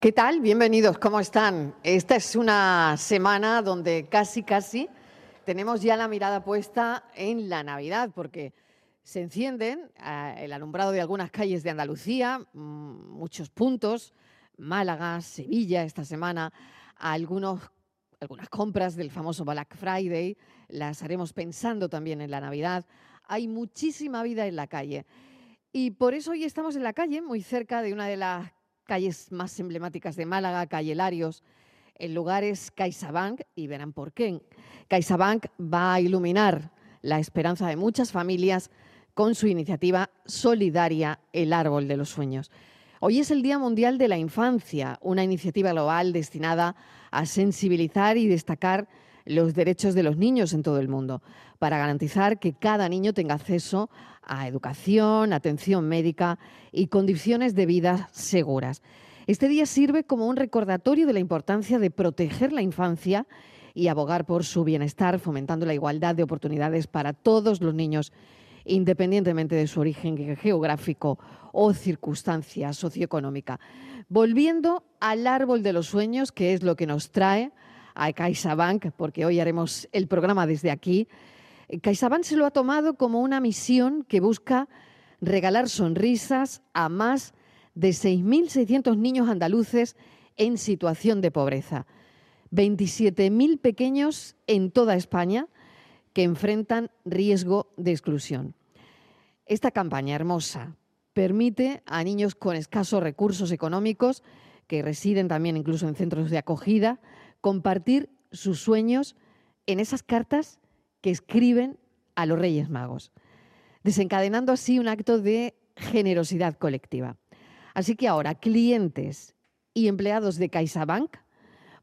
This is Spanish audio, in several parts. ¿Qué tal? Bienvenidos, ¿cómo están? Esta es una semana donde casi, casi tenemos ya la mirada puesta en la Navidad, porque se encienden eh, el alumbrado de algunas calles de Andalucía, mm, muchos puntos, Málaga, Sevilla esta semana, algunos, algunas compras del famoso Black Friday, las haremos pensando también en la Navidad. Hay muchísima vida en la calle. Y por eso hoy estamos en la calle, muy cerca de una de las calles más emblemáticas de Málaga, calle Larios. El lugar es CaixaBank y verán por qué. CaixaBank va a iluminar la esperanza de muchas familias con su iniciativa solidaria El Árbol de los Sueños. Hoy es el Día Mundial de la Infancia, una iniciativa global destinada a sensibilizar y destacar los derechos de los niños en todo el mundo, para garantizar que cada niño tenga acceso a educación, atención médica y condiciones de vida seguras. Este día sirve como un recordatorio de la importancia de proteger la infancia y abogar por su bienestar, fomentando la igualdad de oportunidades para todos los niños, independientemente de su origen ge- geográfico o circunstancia socioeconómica. Volviendo al árbol de los sueños, que es lo que nos trae a CaixaBank, porque hoy haremos el programa desde aquí. CaixaBank se lo ha tomado como una misión que busca regalar sonrisas a más de 6.600 niños andaluces en situación de pobreza. 27.000 pequeños en toda España que enfrentan riesgo de exclusión. Esta campaña hermosa permite a niños con escasos recursos económicos, que residen también incluso en centros de acogida, compartir sus sueños en esas cartas que escriben a los Reyes Magos, desencadenando así un acto de generosidad colectiva. Así que ahora, clientes y empleados de CaixaBank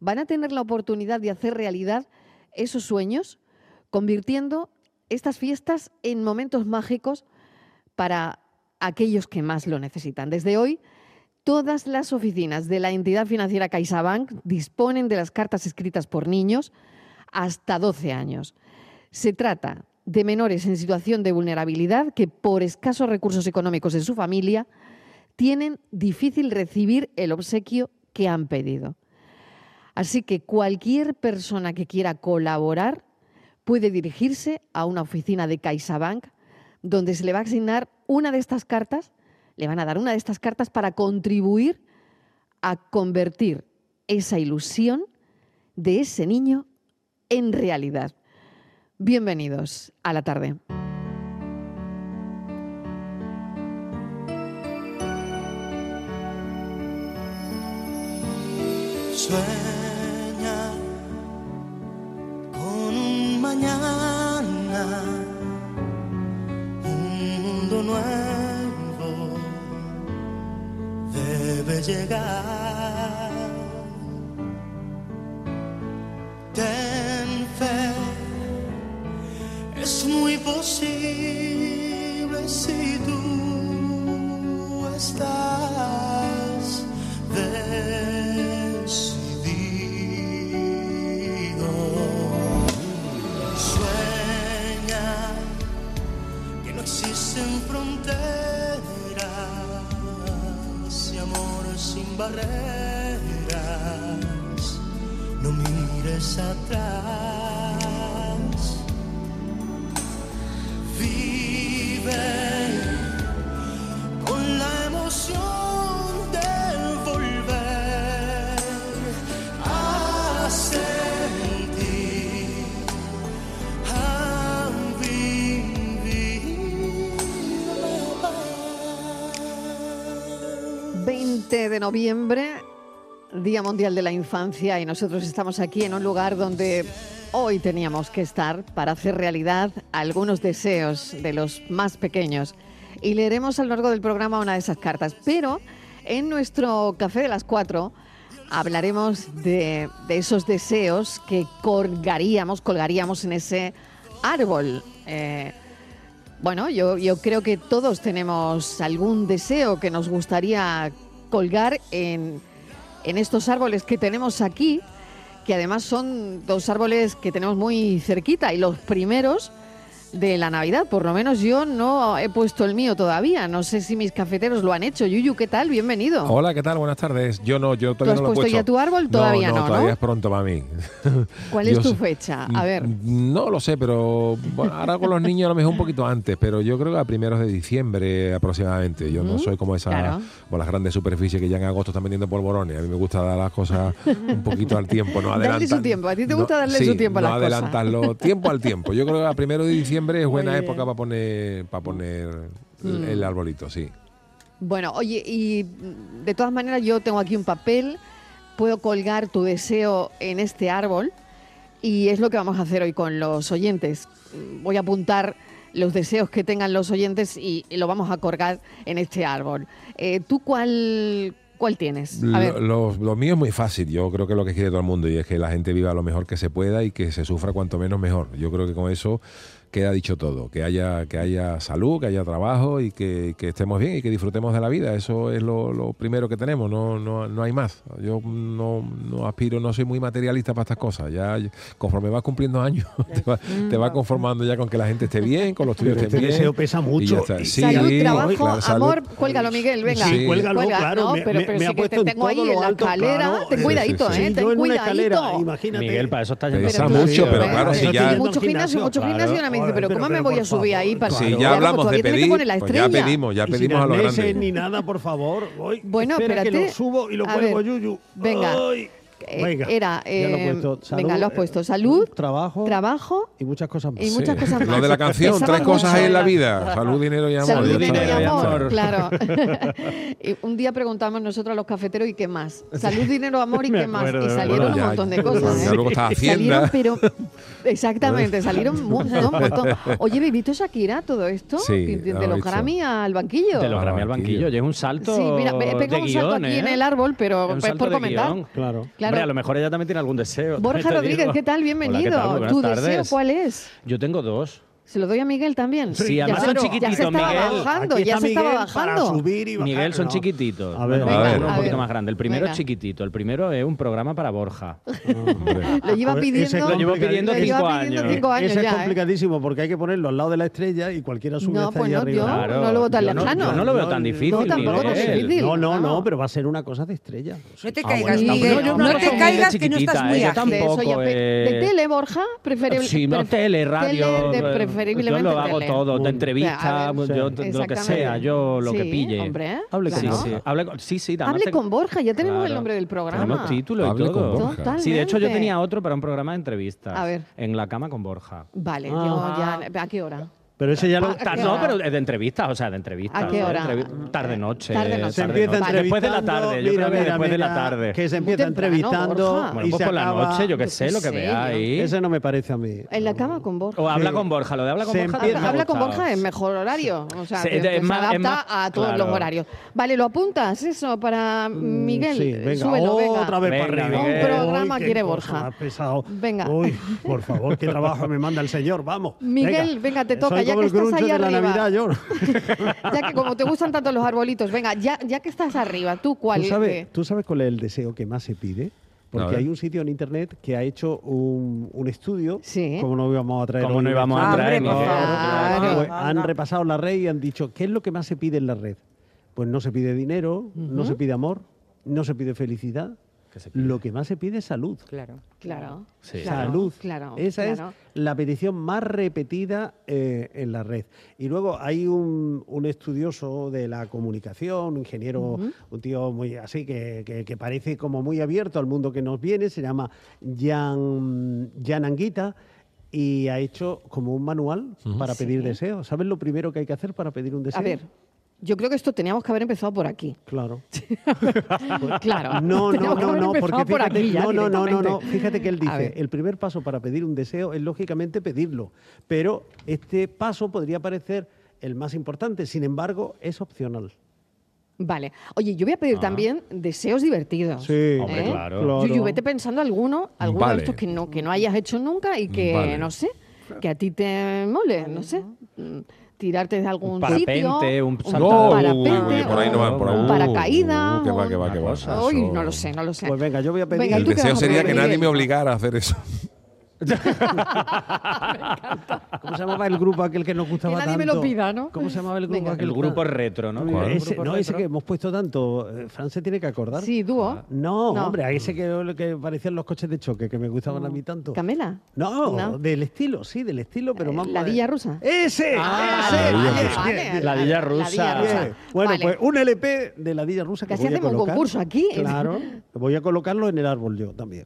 van a tener la oportunidad de hacer realidad esos sueños, convirtiendo estas fiestas en momentos mágicos para aquellos que más lo necesitan. Desde hoy, todas las oficinas de la entidad financiera CaixaBank disponen de las cartas escritas por niños hasta 12 años. Se trata de menores en situación de vulnerabilidad que, por escasos recursos económicos en su familia, tienen difícil recibir el obsequio que han pedido. Así que cualquier persona que quiera colaborar puede dirigirse a una oficina de CaixaBank donde se le va a asignar una de estas cartas, le van a dar una de estas cartas para contribuir a convertir esa ilusión de ese niño en realidad. Bienvenidos a la tarde. Sueña con un mañana, un mundo nuevo debe llegar. Ten fe, es muy posible si tú estás decidido. Sueña que no existen fronteras y amor sin barreras. No mires atrás. Vive con la emoción del volver a sentir, a vivir la paz. 20 de noviembre, Día Mundial de la Infancia, y nosotros estamos aquí en un lugar donde hoy teníamos que estar para hacer realidad algunos deseos de los más pequeños. Y leeremos a lo largo del programa una de esas cartas. Pero en nuestro café de las cuatro hablaremos de, de esos deseos que colgaríamos, colgaríamos en ese árbol. Eh, bueno, yo, yo creo que todos tenemos algún deseo que nos gustaría colgar en, en estos árboles que tenemos aquí, que además son dos árboles que tenemos muy cerquita y los primeros de la Navidad. Por lo menos yo no he puesto el mío todavía. No sé si mis cafeteros lo han hecho. Yuyu, ¿qué tal? Bienvenido. Hola, ¿qué tal? Buenas tardes. Yo no, yo Oh. ¿Tú todavía has no lo he puesto puesto. ya tu árbol? Todavía no, ¿no? todavía es pronto para mí. ¿Cuál es Yo Mm, tu sé- fecha? A ver. No lo sé, pero bueno, ahora con los niños a lo mejor un poquito antes, pero yo creo que a primeros de diciembre aproximadamente. Yo no Mm, soy como esa claro. como las grandes superficies que ya en agosto están vendiendo polvorones. A mí me gusta dar las cosas un poquito al tiempo, no Darle adelantar- su tiempo. ¿A ti te no- gusta darle sí, su tiempo a no las cosas? adelantarlo tiempo al tiempo. Yo creo que a primero de diciembre es buena bien. Mm. época para poner para poner el- el arbolito, sí. Bueno, oye, y mm, de todas maneras yo tengo aquí un papel, puedo colgar tu deseo en este árbol y es lo que vamos a hacer hoy con los oyentes. Mm, Voy a apuntar los deseos que tengan los oyentes y, y lo vamos a colgar en este árbol. Eh, ¿Tú cuál, cuál tienes? A Lo, ver, lo- lo mío es muy fácil. Yo creo que es lo que quiere todo el mundo y es que la gente viva lo mejor que se pueda y que se sufra cuanto menos mejor. Yo creo que con eso queda dicho todo. Que haya, que haya salud, que haya trabajo y que, que estemos bien y que disfrutemos de la vida. Eso es lo, lo primero que tenemos. No, no, no hay más. Yo no, no aspiro, no soy muy materialista para estas cosas. Ya conforme vas cumpliendo años, te vas Mm. te vas conformando ya con que la gente esté bien, con los tuyos Pero estén este bien. deseo pesa y ya mucho. está. Sí, salud, sí, trabajo, claro, salud. amor, cuélgalo Miguel, venga. Sí, cuélgalo, Cuelga, claro, No, me- pero, me- pero me sí ha que te puesto en tengo ahí todo lo en la alto, escalera, claro. ten Sí, cuidadito, sí, sí. ¿eh? yo Ten en una escalera, cuidadito. imagínate. Miguel, para eso está Pero yendo. pesa tú- mucho, sí, pero ¿eh? claro, si Pero ya- tú, Mucho gimnasio, mucho Claro. gimnasio. Y ahora me dice, Joder, pero ¿cómo me pero voy por a subir ahí favor, para...? Sí, Claro. ya Claro, hablamos de todavía tiene que pedir, poner la pues ya estrella. pedimos, ya Y sin pedimos a lo arneses grande. ni nada, por favor. Voy, Bueno, espera que espérate. lo subo y lo A cuelgo, ver, Yuyu. venga. Ay, Eh, venga. Ya Era, lo he eh, puesto. Salud, venga, lo has eh, puesto. Salud, trabajo, trabajo y muchas cosas más. y Sí. muchas cosas más. Lo de la canción, Pesaban tres cosas mucho, hay en la ¿verdad? vida. Salud, dinero y amor. Salud, ya dinero y está. y amor, amor. claro. Y un día preguntamos nosotros a los cafeteros y qué más. Salud, dinero, amor y Me qué más. acuerdo, Y me salieron Bueno, un ya- montón de bueno, cosas. ya ¿eh? luego está Salieron, Hacienda. pero. Exactamente, salieron un montón, un montón. Oye, ¿vivito Shakira todo esto? Sí, de, de lo he los visto. Grammy al banquillo. Te lo Ah, grabé al banquillo. tío. Oye, es un salto. Sí, mira, me de he pegado un salto guión, aquí ¿eh? en el árbol, pero Es un pues, salto por de comentar. guión, Claro. Claro. Hombre, a lo mejor ella también tiene algún deseo. Borja también te Rodríguez, digo. ¿qué tal? Hola, ¿qué Bienvenido. tal? Muy buenas ¿Tu deseo pues. tardes. cuál es? Yo tengo dos. Se lo doy a Miguel también. Sí, ya, además se, son ya se chiquititos, estaba Miguel. bajando, Aquí ya está se estaba Miguel para bajando. subir y bajar. Miguel, son No. chiquititos. A ver, Bueno, venga, uno a un poquito ah, ver. más grande. El primero Venga. es chiquitito. El primero es un programa para Borja. Lo lleva Ese pidiendo, lo llevo pidiendo lo lleva cinco pidiendo años. cinco años Ese es ya, ¿eh? complicadísimo porque hay que ponerlo al lado de la estrella y cualquiera sube No, hasta pues ahí no, arriba. yo- no lo veo tan yo lejano. No, yo no lo veo tan difícil. no, tampoco tan Miguel. difícil. No, no, vamos. no, pero va a ser una cosa de estrella. No te Ah, caigas, bueno, Miguel. no, yo No, me lo te pongo caigas de que no estás chiquitita, muy ¿eh? Yo ágil. De eso ya, tampoco, pe- de eh. tele, Borja, preferible. Sí, no, pre- tele, radio. tele, de- eh, preferiblemente yo lo hago tele. todo, de A entrevista, ver, yo lo sí. que sea, Exactamente. yo lo que Sí, pille. hombre, ¿eh? Hable con claro. sí, sí. Hable con, sí, sí, además Hable te- con Borja, ya tenemos el Claro. nombre del programa. Tenemos título y Hable con todo. Borja. Ah. Totalmente. Sí, de hecho yo tenía otro para un programa de entrevistas. A ver. En la cama con Borja. Vale, Ah. yo ya. ¿A qué hora? Pero ese ya lo. ¿A qué no, hora? pero es de entrevistas, o sea, de entrevistas. ¿A qué hora? Tarde noche. Tarde noche. Se empieza Vale. Después de la entrevistando, tarde, yo mira, creo que mira, después de la mira, tarde. Que se Muy empieza temprano, Borja. entrevistando. Bueno, y pues se por la acaba- noche, yo Yo qué sé, qué lo que sé, vea yo- ahí. Ese no me parece a mí. En la cama con Borja. O habla Sí. con Borja, lo de habla con Se Borja. empieza- me ha Habla con gustado. Borja es mejor horario. O sea, Sí, que es se más- es adapta más- a todos claro. los horarios. Vale, lo apuntas eso para Miguel. Mm, Sí, venga, Súbelo, venga. otra vez Venga, para arriba. Miguel. Un programa Uy, qué quiere cosa Borja. más pesado. Venga. Uy, por favor, qué trabajo me manda el señor, vamos. Miguel, venga, te Soy toca, ya como que el estás grunge ahí de la arriba. Navidad, yo. Ya que como te gustan tanto los arbolitos, venga, ya, ya que estás arriba, ¿tú cuál? ¿Tú eh? sabes, ¿Tú sabes cuál es el deseo que más se pide? A Porque ver. hay un sitio en internet que ha hecho un, un estudio, Sí. como no íbamos a traer Como hoy no el íbamos a estudio, traer, Hombre, por Miguel. favor. Claro. pues, han repasado la red y han dicho, ¿qué es lo que más se pide en la red? Pues no se pide dinero, no se pide amor, no se pide felicidad. ¿Qué se Lo que más se pide es salud. Claro. Claro, Sí. claro, Salud. Claro, Esa claro. es la petición más repetida eh, en la red. Y luego hay un, un estudioso de la comunicación, un ingeniero, un tío muy así, que, que- que parece como muy abierto al mundo que nos viene, se llama Jan, Jan Anguita. Y ha hecho como un manual para pedir deseos. ¿Sabes lo primero que hay que hacer para pedir un deseo? A ver, yo creo que esto teníamos que haber empezado por aquí. Claro. Claro. No, no, teníamos que no, haber no, empezado porque por fíjate, aquí ya no, no, no, no, no, directamente. fíjate que él A dice, ver. el primer paso para pedir un deseo es lógicamente pedirlo, pero este paso podría parecer el más importante, sin embargo, es opcional. Vale. Oye, yo voy a Ah. pedir también deseos divertidos. Hombre, ¿Eh? claro. Yuyu, vete pensando alguno, alguno Vale. de estos que no, que no hayas hecho nunca y que, Vale. no sé, que a ti te mole, no sé. mm, Tirarte de algún Un parapente, sitio. un No, salto. un No, parapente, uy, uy, por ahí no van, por ahí. un Uh, paracaídas. uh, que va, que va, un- que va. Uy, no lo sé, no lo sé. Pues venga, yo voy a pedir- Venga, El ¿tú qué deseo vas a pedir, sería que nadie Miguel? me obligara a hacer eso. ¿Cómo se llamaba el grupo aquel que nos gustaba Que nadie me tanto? lo pida, ¿no? ¿Cómo se llamaba el grupo Venga. aquel? El grupo retro, ¿no? ¿Cuál? El Ese, grupo no, ese retro. que hemos puesto tanto. Eh, Fran se tiene que acordar. Sí, dúo. Ah, No, No. Mm. hombre, a ese que, que parecían los coches de choque, que me gustaban a mí tanto. ¿Camela? No, No. del estilo, sí, del estilo, pero Eh, más... ¿la Villa Rusa? ¡Ese! Ah, ese, la Villa bien, Rusa. bien, bien. La Villa La Rusa. Villa Bien. Rusa. Bueno, Vale. pues un LP de la Villa Rusa que Casi voy a hacemos un colocar. concurso aquí. Claro. Voy a colocarlo en el árbol yo también.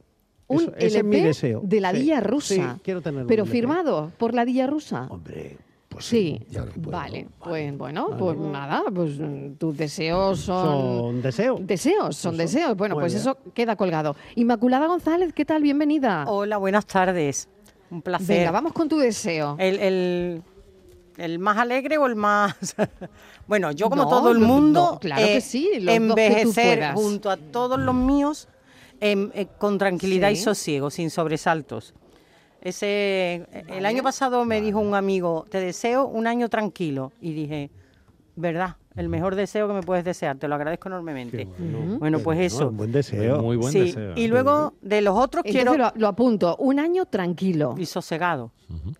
Un Eso- ese es mi LP deseo. de la Sí, Villa Rusa. Sí, quiero tenerlo. Pero firmado por la Villa Rusa. Hombre, pues sí. Sí, ya lo puedo. vale, pues bueno, pues nada, pues mm, tus deseos son... Son deseos. Deseos, son Eso. deseos. Bueno, Muy pues bien. eso queda colgado. Inmaculada González, ¿qué tal? Bienvenida. Hola, buenas tardes. Un placer. Venga, vamos con tu deseo. El, el- el más alegre o el más... bueno, yo como No, todo el no, no, mundo, eh, claro que sí, los dos que tú envejecer puedas. junto a todos los míos em, eh, con tranquilidad y Sí. sosiego, sin sobresaltos. Ese, eh, El año pasado me dijo un amigo, te deseo un año tranquilo. Y dije, ¿verdad? El mejor deseo que me puedes desear, te lo agradezco enormemente. bueno, pues eso. un Mm. buen deseo. Muy buen Sí, deseo. Y luego de los otros Entonces quiero lo, lo apunto, un año tranquilo. y sosegado,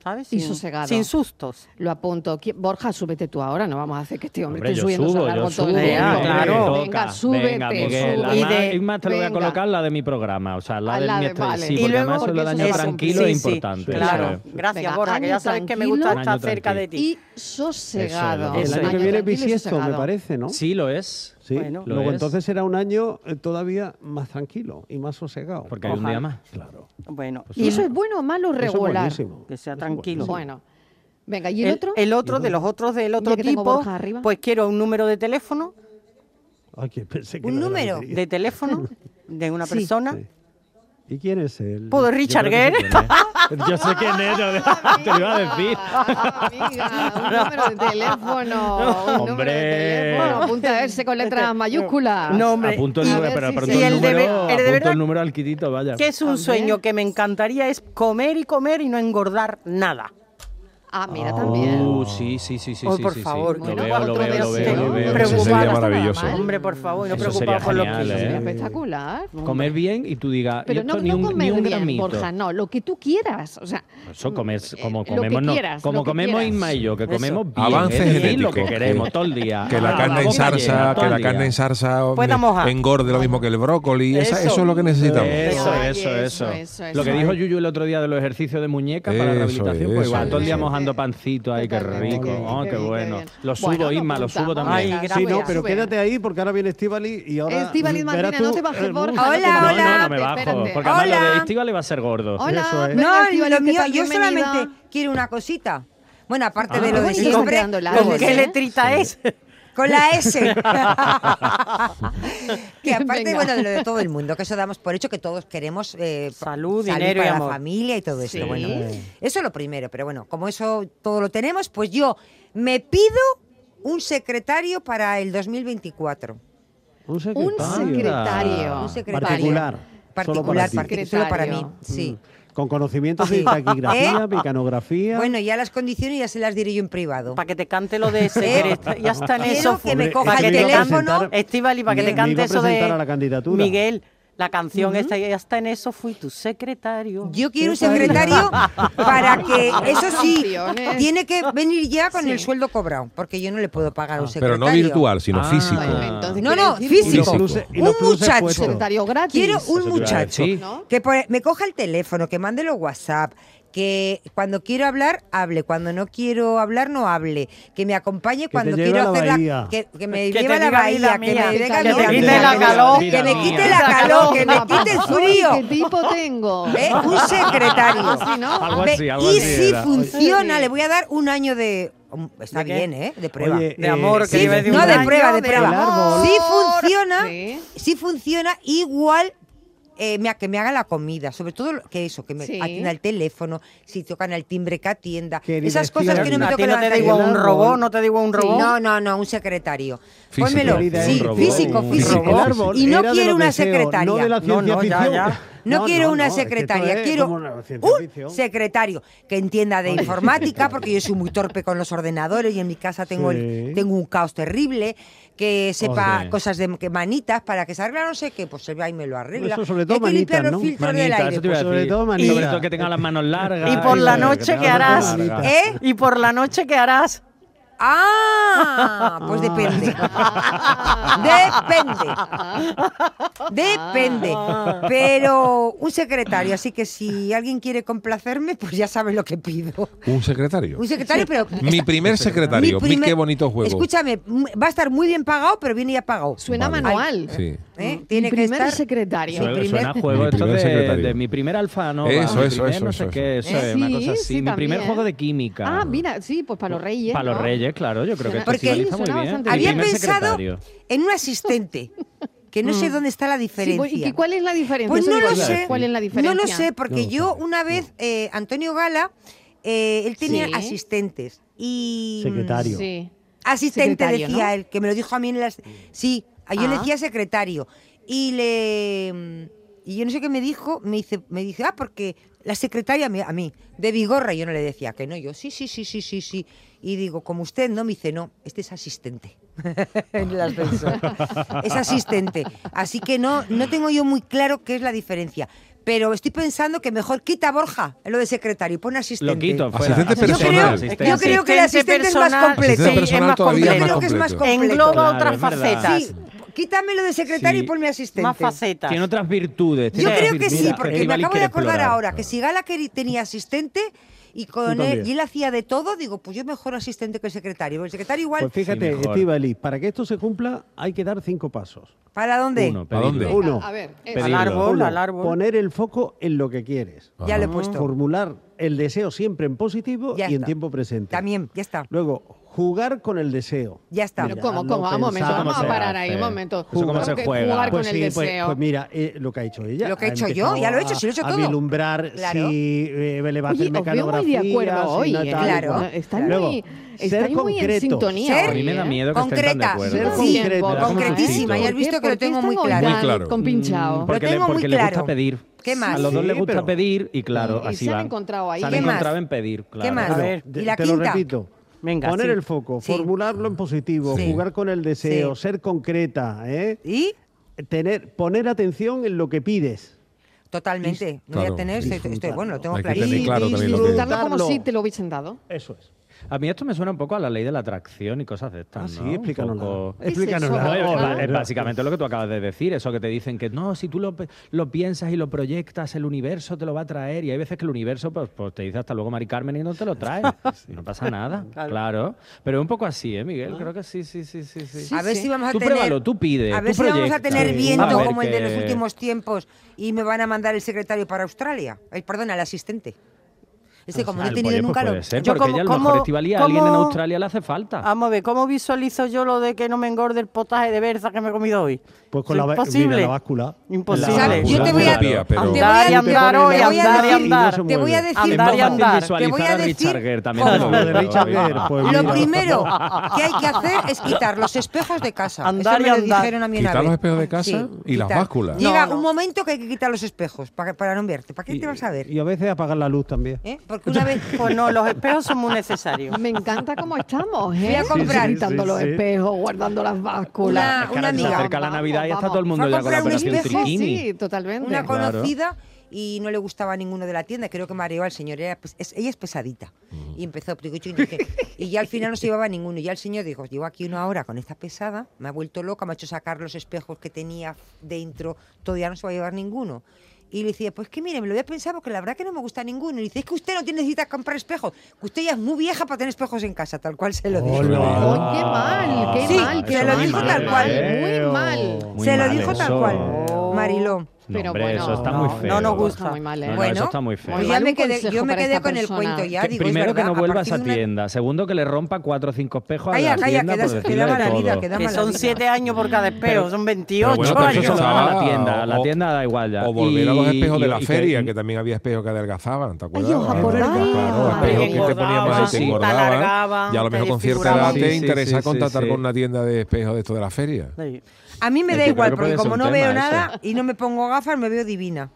¿sabes? Y sosegado. Sin sustos. Lo apunto. ¿Qui- Borja, súbete tú ahora, no vamos a hacer que este hombre, Hombre, esté yo subiendo subo, al yo árbol todo subo. el día. Venga, claro. Venga, súbete. Venga, Miguel. sube. además- Y de- es más, te lo voy a Venga. colocar la de mi programa. O sea, la Ah, de la mi de- estrella. vale. Sí, Y porque luego- además eso porque del eso año es tranquilo es tranquilo. importante. Sí, Claro. eso es. Gracias, Venga, Borja, que ya año sabes que me tranquilo. gusta estar Año cerca de ti. Y sosegado. Eso es. El Año año que viene tranquilo y bisiesto, me sosegado. parece, ¿no? Sí, lo es. Sí, Bueno. Lo luego es. entonces será un año eh, todavía más tranquilo y más sosegado. Porque hay un Ojalá. día más. Claro. Pues, Bueno, ¿Y eso es bueno o malo Eso es regular? buenísimo. que sea Eso es tranquilo. bueno. Venga, ¿y el, otro? El otro, de los otros del otro que tengo tipo, Borja arriba. pues quiero un número de teléfono, Ay, que pensé que Un lo de la número. lotería. de teléfono de una Sí. persona. Sí. ¿Y quién es él? Poder Richard Yo Gere. sé quién es. Yo sé quién es, te lo iba a decir. Ah, amiga, un número de teléfono. Oh, Un Número de Hombre. teléfono. Apunta ese con Este. letras mayúsculas. No, hombre. Apunto el y- número, a ver pero si apunto sí. Y el el de número, ver- el de apunto verdad- el número al quitito, vaya. que es un Hombre. sueño que me encantaría es comer y comer y no engordar nada. Ah, mira, también. Uh, sí, sí, sí, sí. Oh, sí, por sí, favor, sí. que Lo no veo, lo otro veo, lo día veo, esté lo veo. Ese preocupada. sería no está nada maravilloso. mal. Hombre, por favor, y no Eso preocupado sería por lo genial, que Eso sería eh. espectacular. Comer bien y tú digas, Pero y no, esto ni no un, comer ni un bien, gramito. Borja, no, lo que tú quieras. O sea, Eso comes, como Eh, lo que comemos, no- quieras, lo como que comemos quieras. Inma y yo, que Eso. comemos bien. Avance es decir, genético. lo que queremos todo el día. Que la Ah, carne en boca salsa, llena, todo que la el carne día. en salsa Pues Pueda mojar. engorde lo mismo que el brócoli. Esa- Eso. eso es lo que necesitamos. Eso, Ay, eso, eso, eso, eso, eso. Lo que dijo Yuyu el otro día de los ejercicios de muñeca para la Eso rehabilitación, es, pues eso igual, todo el día es. mojando pancito, ay, qué Totalmente, rico, qué- oh, qué qué bien, qué bueno. bien. Lo subo, Bueno, lo Isma, lo subo apuntamos. también. Ay, Sí, no, Sube, pero sube. quédate ahí porque ahora viene Estivali y Eh, ahora. Estíbaliz verás Martínez, tú, no te bajes, eh, Borja, uh, no te Hola, no, bajes. hola. no, no me bajo, Espérate. porque además lo Hola. de Estíbal le va a ser gordo. Hola, Eso es. venga, No, Estíbaliz, lo ¿qué mío, tal? yo Bienvenida. solamente quiero una cosita. Bueno, aparte Ah. de lo de Qué bonito están siempre, quedando los largos, ¿Con qué ¿eh? deseos- letrita es? con la S. que aparte, Venga. bueno, de lo de todo el mundo, que eso damos por hecho que todos queremos eh, Salud, dinero y para amor. la familia y todo Sí. eso. Bueno, eso es lo primero, pero bueno, como eso todo lo tenemos, pues yo me pido un secretario para el 2024. Un Un secretario. Un secretario. Particular. Solo para Particular, ti. Mm. particular, solo para mí. Secretario. Sí. Con conocimientos de Sí. taquigrafía, ¿Eh? mecanografía. Bueno, ya las condiciones ya se las diré yo en privado. Eh, Para que te cante lo de secreto. ya está en Quiero eso. que me Hombre, coja es para que que Este te me iba a cante. presentar- Estivali, para que me- te me iba cante a eso de. presentar a la candidatura. Miguel, la canción esta ya está en eso. Fui tu secretario. Yo quiero un secretario para que, eso sí, Campeones. tiene que venir ya con Sí. el sueldo cobrado, porque yo Ah, no le puedo pagar a un Pero secretario. no virtual, sino Ah. físico. Bueno, entonces No, quiere no, decir físico. Y los Físico. pluses- y Un los pluses muchacho. Un puestos. secretario gratis. Quiero un Eso te iba a muchacho decir. ¿No? que por- me coja el teléfono, que mande los WhatsApp, que cuando quiero hablar, hable, cuando no quiero habbar, no hable, que me acompañe te cuando lleve quiero a la hacer bahía. la... Que, que me Que te lleve a la diga bahía, vida que me mía. diga Que vida te mía, quite la que me- calor. que me Vida quite mía. la calor, que me quite el Uy, ¿Qué frío. tipo tengo? Ah, ¿eh? Un secretario. Sí, ¿no? Algo Ve, así, algo y así si era. funciona, Sí. le voy a dar un año de. Está ¿De qué? bien, ¿eh? De prueba. Oye, De amor, Sí, que iba a decir no, un de año prueba, de de prueba. amor. Si funciona, Sí. si funciona, igual eh, me ha- que me haga la comida. Sobre todo lo- que eso, que me Sí. atienda el teléfono, si tocan el timbre, que atienda. Querida Esas cosas Esther, que no me a ti tocan no te digo un robot, no te digo un robot. No, no, no, un secretario. Físico. Pónmelo. Querida Sí, Esther, físico, un físico. robot. Y no Era de quiero los una deseos, secretaria. No de la No, ciencia no, ya, ficción. ya. No, No, quiero no, una no, es que esto secretaria, es quiero como una ciencia un ficción. secretario que entienda de informática, porque yo soy muy torpe con los ordenadores y en mi casa tengo, el- Sí. tengo un caos terrible, que sepa Hombre. cosas de que manitas para que se arregla no sé qué, pues se va y me lo arregla. Eso sobre todo Hay que limpiar manitas, los ¿no? filtros del Manita, aire. eso te iba a pues, sobre decir. todo Y sobre manita. todo que tenga las manos largas. Y por la sobre todo que noche, tenga ¿qué las manos harás? largas. ¿Eh? ¿Y por la noche qué harás? Ah, pues depende. Depende. Depende. Pero un secretario, así que si alguien quiere complacerme, pues ya sabe lo que pido. Un secretario. Un secretario, pero. Mi primer secretario. Mi primer- qué bonito juego. Escúchame, m- va a estar muy bien pagado, pero viene ya pagado. Suena Vale. manual. Sí. ¿eh? Mi Tiene que primer estar. secretario. Mi Suena, primer- suena juego Mi esto primer de, secretario. de mi primer alfa, ¿no? Eso, mi eso, primer eso, no sé eso, qué, Eh, eso es una sí, cosa así. sí, mi primer también. juego de química. Ah, mira, sí, pues para los reyes. Para los ¿no? reyes, claro, yo creo que esto Porque- equivaliza muy Suena bien. bastante Mi Había primer pensado secretario. en un asistente, que no sé dónde está la Mm. Sí, diferencia. pues, ¿Y cuál es la diferencia? Pues Eso no digo lo yo, sé. ¿Cuál es la No diferencia? lo sé, porque No lo yo sabe, una vez, eh, Antonio Gala, eh, él tenía Sí. asistentes. Y, Secretario. Sí. Asistente, Secretario, decía ¿no? él, que me lo dijo a mí en las. Sí, a- yo le Ah. decía secretario. Y le. mm, Y yo no sé qué me dijo, me dice, me dice ah, porque la secretaria me- a mí, de Vigorra, yo no le decía que no, yo sí, sí, sí, sí, sí, sí. Y digo, como usted no, me dice, no, este es asistente. en el ascensor. es asistente. Así que no, no tengo yo muy claro qué es la diferencia. Pero estoy pensando que mejor quita a Borja lo de secretario y pone asistente. Lo quito, fuera. Asistente Yo creo, personal. Asistente. yo creo que el asistente es más personal, completo. Asistente sí, personal es más todavía Yo es más creo que completo. es más completo. completo. Engloba Claro, otras es verdad. facetas, Sí, quítame lo de secretario Sí. y ponme asistente. más facetas. Tiene otras virtudes. Yo tiene creo otras que sí, virtudes porque me Ibáñez acabo de quiere acordar explorar. ahora que si Gala queri- tenía asistente y con Tú él también. y él hacía de todo, digo, pues yo mejor asistente que el secretario. Porque El secretario igual, Pues fíjate, mejor. Estíbaliz, para que esto se cumpla hay que dar cinco pasos. ¿para dónde? Uno, ¿A dónde? pedirlo. Uno, A ver, Pero- Al Peligro. árbol, uno, al árbol. poner el foco en lo que quieres. Ya lo he Ajá. puesto. Formular el deseo siempre en positivo Ya y en está. tiempo presente. También, ya está. Luego, jugar con el deseo. Ya está. pero ¿cómo, Mira, cómo? lo Un momento, pensaba. vamos a ¿Cómo se parar ahí, hace? un momento. Eso cómo Creo se que juega. Jugar con Pues el sí, pues- deseo. Pues, mira, eh, lo que ha hecho ella. Lo que he ha hecho yo, empezado ya lo he a- hecho, sí lo he hecho a todo. vislumbrar Claro. si eh, le va a hacer Oye, os veo muy de mecanografía, acuerdo si hoy. no ¿eh? tal, Claro. cual. Estáis Luego, muy, ser estáis muy en concretos. sintonía. Ser A mí me da hoy, ¿eh? miedo que estén tan de Concreta, acuerdo. ser Sí, concreta. un poco. Concretísima, ya has ¿Por visto qué? que lo ¿Por qué tengo muy estamos claro. Muy tan claro. Compinchado. Mm. Porque, tengo le, porque muy le claro. gusta pedir. ¿Qué más? A los dos Sí, les gusta pero- pedir y claro, Y- y así se han van. encontrado ahí. Se han ¿Qué más? encontrado en pedir, claro. más? A ver. Te- ¿Y la te lo quinta? repito. Venga, Poner sí. el foco, Sí. formularlo en positivo, Sí. jugar con el deseo, Sí. ser concreta, ¿eh? ¿Y? Tener, poner atención en lo voy a pedir. Totalmente. No voy Claro, a tener, estoy- estoy- disfrutarlo. bueno, lo tengo Hay que clarísimo. tener claro también lo que- Disfrutarlo como Disfrutarlo. si te lo hubiesen dado. Eso es. A mí esto me suena un poco a la ley de la atracción y cosas de estas. Ah, sí, ¿no? Un explícanoslo. poco- ¿Qué es Explícanoslo. eso? No, Claro, es- claro. es básicamente lo que tú acabas de decir, eso que te dicen que no, si tú lo, pe- lo piensas y lo proyectas, el universo te lo va a traer. Y hay veces que el universo pues, pues, te dice hasta luego, Mari Carmen, y no te lo trae. Y No pasa nada, claro. Pero es un poco así, ¿eh, Ah. Miguel? Creo que sí, sí, sí, sí. sí. A ver si vamos a Tú tener. pruébalo, tú pide, A tú ver si vamos a proyecta. tener Sí. viento A ver como el de los que- últimos tiempos y me van a mandar el secretario para Australia. Ay, perdona, el asistente. Este, como no he Al tenido pollo, pues, nunca lo. puede ser, Yo porque como- ella a lo mejor como- Estivali a alguien en como- Australia le hace falta. Vamos a ver, ¿cómo visualizo yo lo de que no me engorde el potaje de berza que me he comido hoy? Pues con Es la, va- imposible. mira, la báscula. Imposible. La ¿Sabes? Yo te báscula. voy a- Terapia, pero- te voy a- Andar y andar hoy, te voy a andar y decir- andar. no se Te voy a mueve. decir Andar y cómo. andar. Te visualizar voy a a decir Richard Gere también. cómo. te lo Lo digo, de Richard Gere, pues Lo- mira. Lo primero que hay que hacer es quitar los espejos de casa. Andar Eso y me lo andar. dijeron a mí una Quitar vez. los espejos de casa y las básculas. Llega No, no. un momento que hay que quitar los espejos para, para no verte. ¿Para qué te vas a ver? Y a veces apagar la luz también. ¿Eh? Porque una vez. Pues no, los espejos son muy necesarios. Me encanta cómo estamos, ¿eh? Voy a comprar. Quitando Sí, sí, los sí. espejos, guardando las básculas. Una- Es que una ahora se amiga. acerca la Navidad y está Vamos, todo el mundo vamos. ya con la Fue a comprar un operación espejo, Triquini. Sí, totalmente. una Claro. conocida y no le gustaba ninguno de la tienda. Creo que mareó al señor. Era, pues, es- ella es pesadita. Mm. Y empezó. piqui, chin, chin, chin. y ya al final no se llevaba ninguno. Y ya el señor dijo, llevo aquí una hora con esta pesada. Me ha vuelto loca, me ha hecho sacar los espejos que tenía dentro. Todavía no se va a llevar ninguno. Y le decía, pues que mire, me lo voy a pensar porque la verdad que no me gusta ninguno. Y dice, es que usted no tiene necesita comprar espejos. Que usted ya es muy vieja para tener espejos en casa, tal cual se lo dijo. Ay, Hola. Oh, qué mal, qué Sí, mal, qué se lo mal. dijo tal cual. Muy mal. Oh. Muy se lo mal dijo tal eso. cual, Mariló. No, Pero hombre, bueno, eso está no, muy no feo. nos gusta. Está muy mal, ¿eh? No, no, bueno, eso está muy feo. pues ya Muy me mal quedé, consejo yo me para quedé esta con el persona. cuento ya. Que digo, es primero que verdad, no a vuelvas partir a de una- tienda. Segundo que le rompa cuatro o cinco espejos Calla, a la calla, tienda queda- por queda decirle de mala vida, todo. queda- Que son siete años por cada espejo, son 28 Pero bueno, pero años. eso se lo va dan a la tienda, a la tienda da igual ya. O volver a los Y- espejos de y- la y que- feria, que, también había espejos que adelgazaban, ¿te acuerdas? os acordáis. Claro, Ay, espejos que te engordaban, ponían más y sí, te te engordaban. alargaban, Y a lo te mejor con cierta edad desfiguraban. te Sí, sí, interesa sí, sí, contactar sí. con una tienda de espejos de esto de la feria. Sí. A mí me Es da que igual, creo que porque puede ser como un no tema veo eso. nada y no me pongo gafas, me veo divina.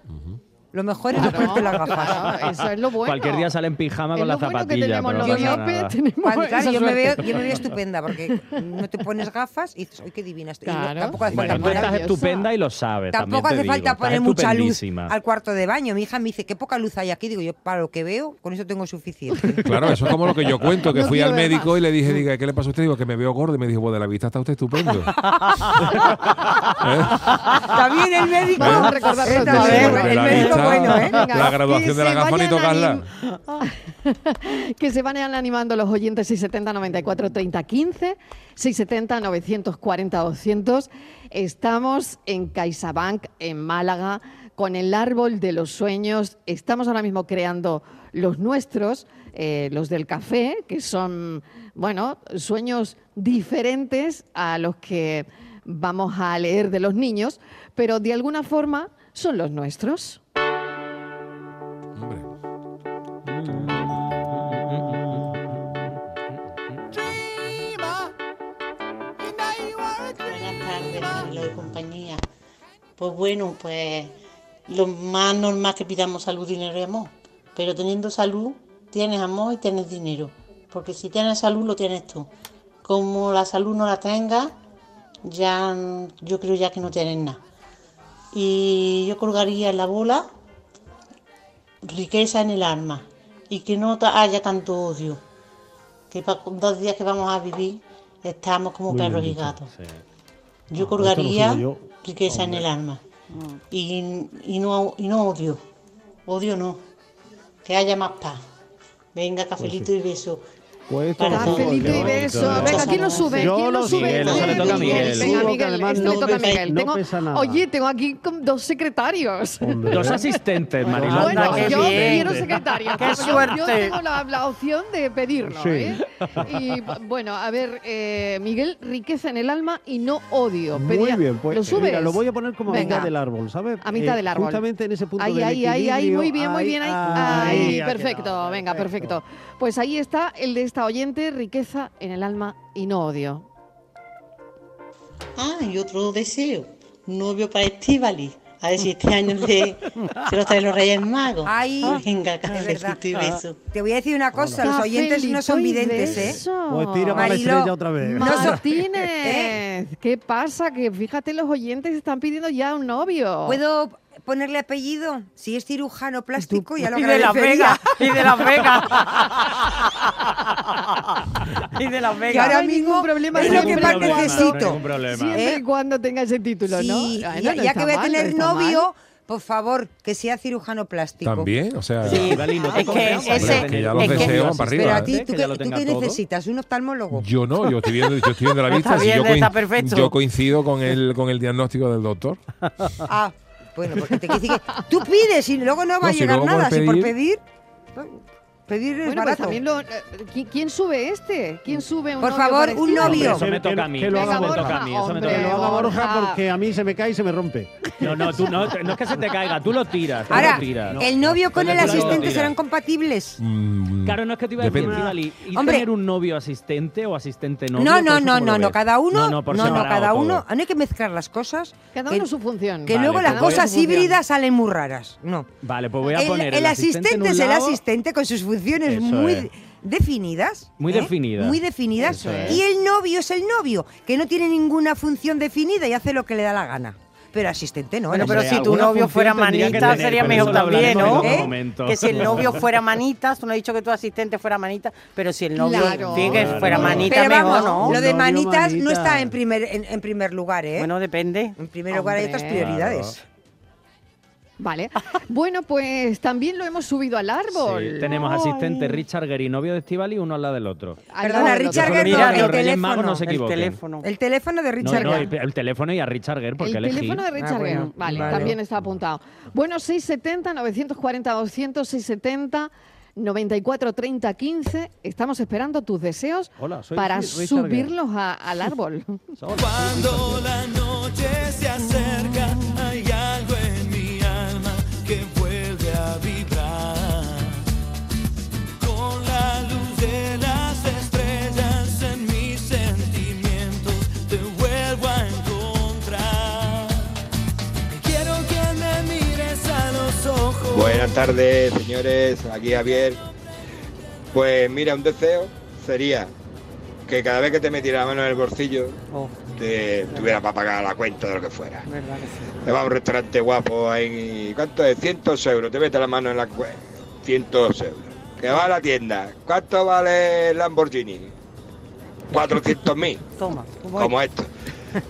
Lo mejor es no ponerte las gafas. claro, eso es lo bueno. Cualquier día sale en pijama con la las zapatillas. Bueno pero que tenemos no los pasa miopes, nada. tenemos Cuando- claro, esa yo, me veo, suerte. yo me veo estupenda porque no te pones gafas y dices, ¡ay, qué divina estoy! Y no- Claro. tampoco hace Bueno, falta tú poner, estás maravillosa. estupenda y lo sabes. tampoco también te hace digo, falta estás poner mucha luz estupendísima. al cuarto de baño. Mi hija me dice, ¡qué poca luz hay aquí! Digo, yo para lo que veo, con eso tengo suficiente. Claro, eso es como lo que yo cuento, que No fui quiero al ver médico más. y le dije, diga, ¿qué le pasa a usted? Digo, que me veo gordo. Y me dijo, bueno, de la vista está usted estupendo. ¿Eh? También el médico. Vamos a recordar Eh, los Está también, deseos. bien, el la médico vista. bueno, ¿eh? Venga, La graduación que de la se gafas ni vayan tocarla. que se vayan animando los oyentes 670 94 30 15, 670 940 200. Estamos en CaixaBank en Málaga con el árbol de los sueños. Estamos ahora mismo creando los nuestros, eh, los del café, que son, bueno, sueños diferentes a los que vamos a leer de los niños, pero de alguna forma son los nuestros. Hombre. Buenas tardes, Mariló y compañía. Pues bueno, pues lo más normal que pidamos salud, dinero y amor. Pero teniendo salud, tienes amor y tienes dinero. Porque si tienes salud, lo tienes tú. Como la salud no la tengas, ya mm, yo creo ya que no tienes nada. Y yo colgaría en la bola riqueza en el alma y que no ta- haya tanto odio. Que pa- con dos días que vamos a vivir estamos como Muy bien perros y dicho, gatos. Yo Ah, colgaría esto lo sigo riqueza en el alma. Mm. Y, y no, y no odio. Odio no. Que haya más paz. Venga, cafelito y beso. Pues esto Para lo sigo Cafelito yo. y beso. Venga, ¿quién lo sube? Yo ¿Quién lo lo sube? Miguel, eso le toca a Miguel. Venga, Seguro que Miguel, además esto le no toca a pesa- Miguel. no Tengo- pesa nada. Oye, tengo aquí como dos secretarios. Hombre, Dos ¿eh? asistentes, Mariló. Bueno, Anda, qué yo bien. quiero secretario. Qué Yo- Yo suerte. tengo la, la opción de pedirlo. Sí. ¿eh? Y bueno, a ver, eh, Miguel, riqueza en el alma y no odio. Pedía- Muy bien, pues ¿Lo eh, subes? mira, lo voy a poner como a Venga. mitad del árbol, ¿sabes? Eh, A mitad del árbol. Justamente en ese punto Ahí, del ahí, ahí, ahí, equilibrio. muy bien, muy bien, ahí. Ahí, ha perfecto, quedado, venga, perfecto. Pues ahí está el de esta oyente, riqueza en el alma y no odio. Ah, y otro deseo. Novio para Estivali. A ver si este año le- se lo traen los Reyes Magos. Ay, Venga, es verdad. cafelito y beso. Te voy a decir una cosa, los oyentes no son Cafelito y videntes, ¿eh? beso. Pues tira para la Mariló, estrella otra vez. no ¿Eh? so- Martínez, ¿qué pasa? Que fíjate, los oyentes están pidiendo ya un novio. ¿Puedo ponerle apellido? Si es cirujano plástico, ya lo Y de Las agradecería. Vegas. Y de Las Vegas. y de Las Que Vegas. ahora No hay ningún mismo problema, es no lo hay que ningún más problema, necesito. Siempre y ¿Eh? cuando tenga ese título, ¿no? Sí, Bueno, ya, no ya está que voy a mal, no tener está mal. novio, por favor, que sea cirujano plástico. También, o sea. Sí. Estivali, no te Es que ese- compensa, hombre, es ya los que- deseos van Pero para Pero arriba, a ti, ¿eh? ¿tú, Que qué- ya lo tú tenga qué todo. necesitas? ¿Un oftalmólogo? Yo no, yo estoy viendo, yo estoy viendo la Está vista. si yo, bien, está coin- perfecto. yo coincido con el, con el diagnóstico del doctor. Ah, bueno, porque te quiero decir que tú pides y luego no va No, a si llegar luego por nada. Si por pedir- pedir, pedir es Bueno, pues barato. también lo- eh, ¿qui- ¿Quién sube este? ¿Quién sube un Por novio favor, por un Estíbaliz? novio. Eso me toca a mí. Que lo eso haga me Borja, toca a mí, eso me toca hombre, Que lo haga a mí. Borja Borja. porque a mí se me cae y se me rompe. No, no, tú no, no es que se te caiga, tú lo tiras, tú Ahora, lo tiras. el novio con Tú el lo tiras. asistente serán compatibles. Mm, Claro, no es que te iba a decir, Depende. Estivali, ¿y Ah. Hombre. tener un novio asistente o asistente novio? No, Por no, eso no, cómo lo no, no, ves. cada uno, no, por no, separado cada todo. uno, no hay que mezclar las cosas. Cada que- uno su función. Que Vale, luego las cada uno su cosas función. híbridas salen muy raras. No. Vale, pues voy a el, poner el asistente, asistente en un es el lado. asistente con sus funciones Eso muy es. definidas. Muy ¿eh? definidas. Muy definidas. Eso es. Y el novio es el novio, que no tiene ninguna función definida y hace lo que le da la gana. Pero asistente no. Bueno, el pero Hombre, si tu alguna novio función fuera tendría que manita tener, sería pero mejor eso lo también, hablaremos ¿no? en otro ¿Eh? momento. Que si el novio fuera manitas, tú no has dicho que tu asistente fuera manita, pero si el novio Claro. tiene que Claro. fuera manita, Pero mejor, vamos, ¿no? lo de Novio, manitas no manita. está en primer, en, en primer lugar, ¿eh? Bueno, depende. en primer lugar hay Hombre. otras prioridades. Vale. Bueno, pues también lo hemos subido al árbol. Sí, tenemos asistente Richard Gere y novio de Estivali, uno al lado del otro. Al Perdona, lado del Richard otro. Gere Mira, no, los el Reyes Magos no teléfono. se El equivocan. teléfono. El teléfono de No, Richard no, Gere. el, el teléfono y a Richard Gere, porque El elegí. teléfono de Richard Ah, bueno, Gere. Vale, vale. también está apuntado. Bueno, 670 940 200 670 94 30 15. Estamos esperando tus deseos Hola, soy para Richard Gere. subirlos a- al árbol. Cuando la noche se acerca, hay algo en mi alma que vuelve a vibrar. Con la luz de las estrellas en mis sentimientos te vuelvo a encontrar. Quiero que me mires a los ojos tardes, señores. Aquí Javier. Pues mira, un deseo sería que cada vez que te metiera la mano en el bolsillo, Oh, te tuviera para pagar la cuenta de lo que fuera. verdad que sí. Te vas a un restaurante guapo ahí, ¿cuánto es? 100 euros, te mete la mano en la cuenta, 100 euros. Que va a la tienda, ¿cuánto vale el Lamborghini? 400.000, Toma. como como esto.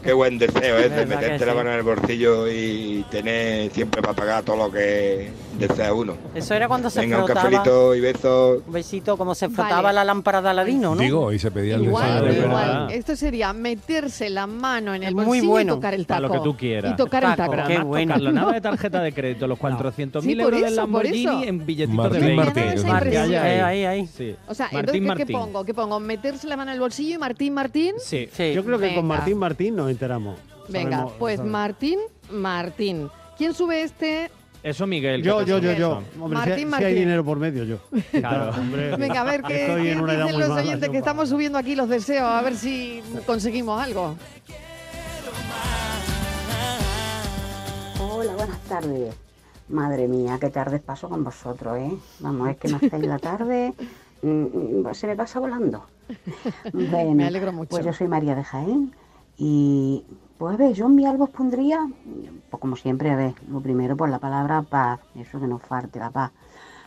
Qué buen deseo es de Verdad que meterte la sí. mano en el bolsillo y tener siempre para pagar todo lo que desea uno. Eso era cuando se Venga, un frotaba. cafelito y besos. Un besito, como se frotaba Vale. la lámpara de Aladino, ¿no? Digo, y se pedía el Igual, de deseo. verdad. igual. Esto sería meterse la mano en el Es muy bolsillo bueno, y tocar el para taco. lo que tú quieras. Y tocar el Taco, taco. Pero Qué además bueno. tocarlo, nada de tarjeta de crédito, los 400.000 Sí, por euros del eso, por eso. Lamborghini en billetitos Martín de 20. Martín, Me ha dado esa Martín, impresión. ahí, Ahí, ahí. Sí. O sea, Martín, entonces, ¿qué- ¿qué, Martín. pongo? ¿Qué pongo? ¿Meterse la mano en el bolsillo y Martín, Martín? Sí. Sí. Yo creo que con Venga. Martín Martín nos enteramos. Venga, Sabemos- pues sabemos. Martín, Martín. ¿Quién sube este? Eso Miguel. que Yo, te yo, yo, sube yo. eso. Hombre, Martín, si, hay- si Martín. hay dinero por medio, yo. Claro. Hombre, Venga, a ver qué, estoy qué en dicen una edad muy los mala, oyentes yo, que para- estamos subiendo aquí los deseos, a ver si conseguimos algo. Hola, buenas tardes. Madre mía, qué tardes paso con vosotros, ¿eh? Vamos, es que me hacéis la tarde, mm, mm, se me pasa volando. Bueno, Me alegro mucho. Pues yo soy María de Jaén y, pues, a ver, yo en mi árbol pondría, pues como siempre, a ver, lo primero por la palabra paz, eso que nos falte, la paz.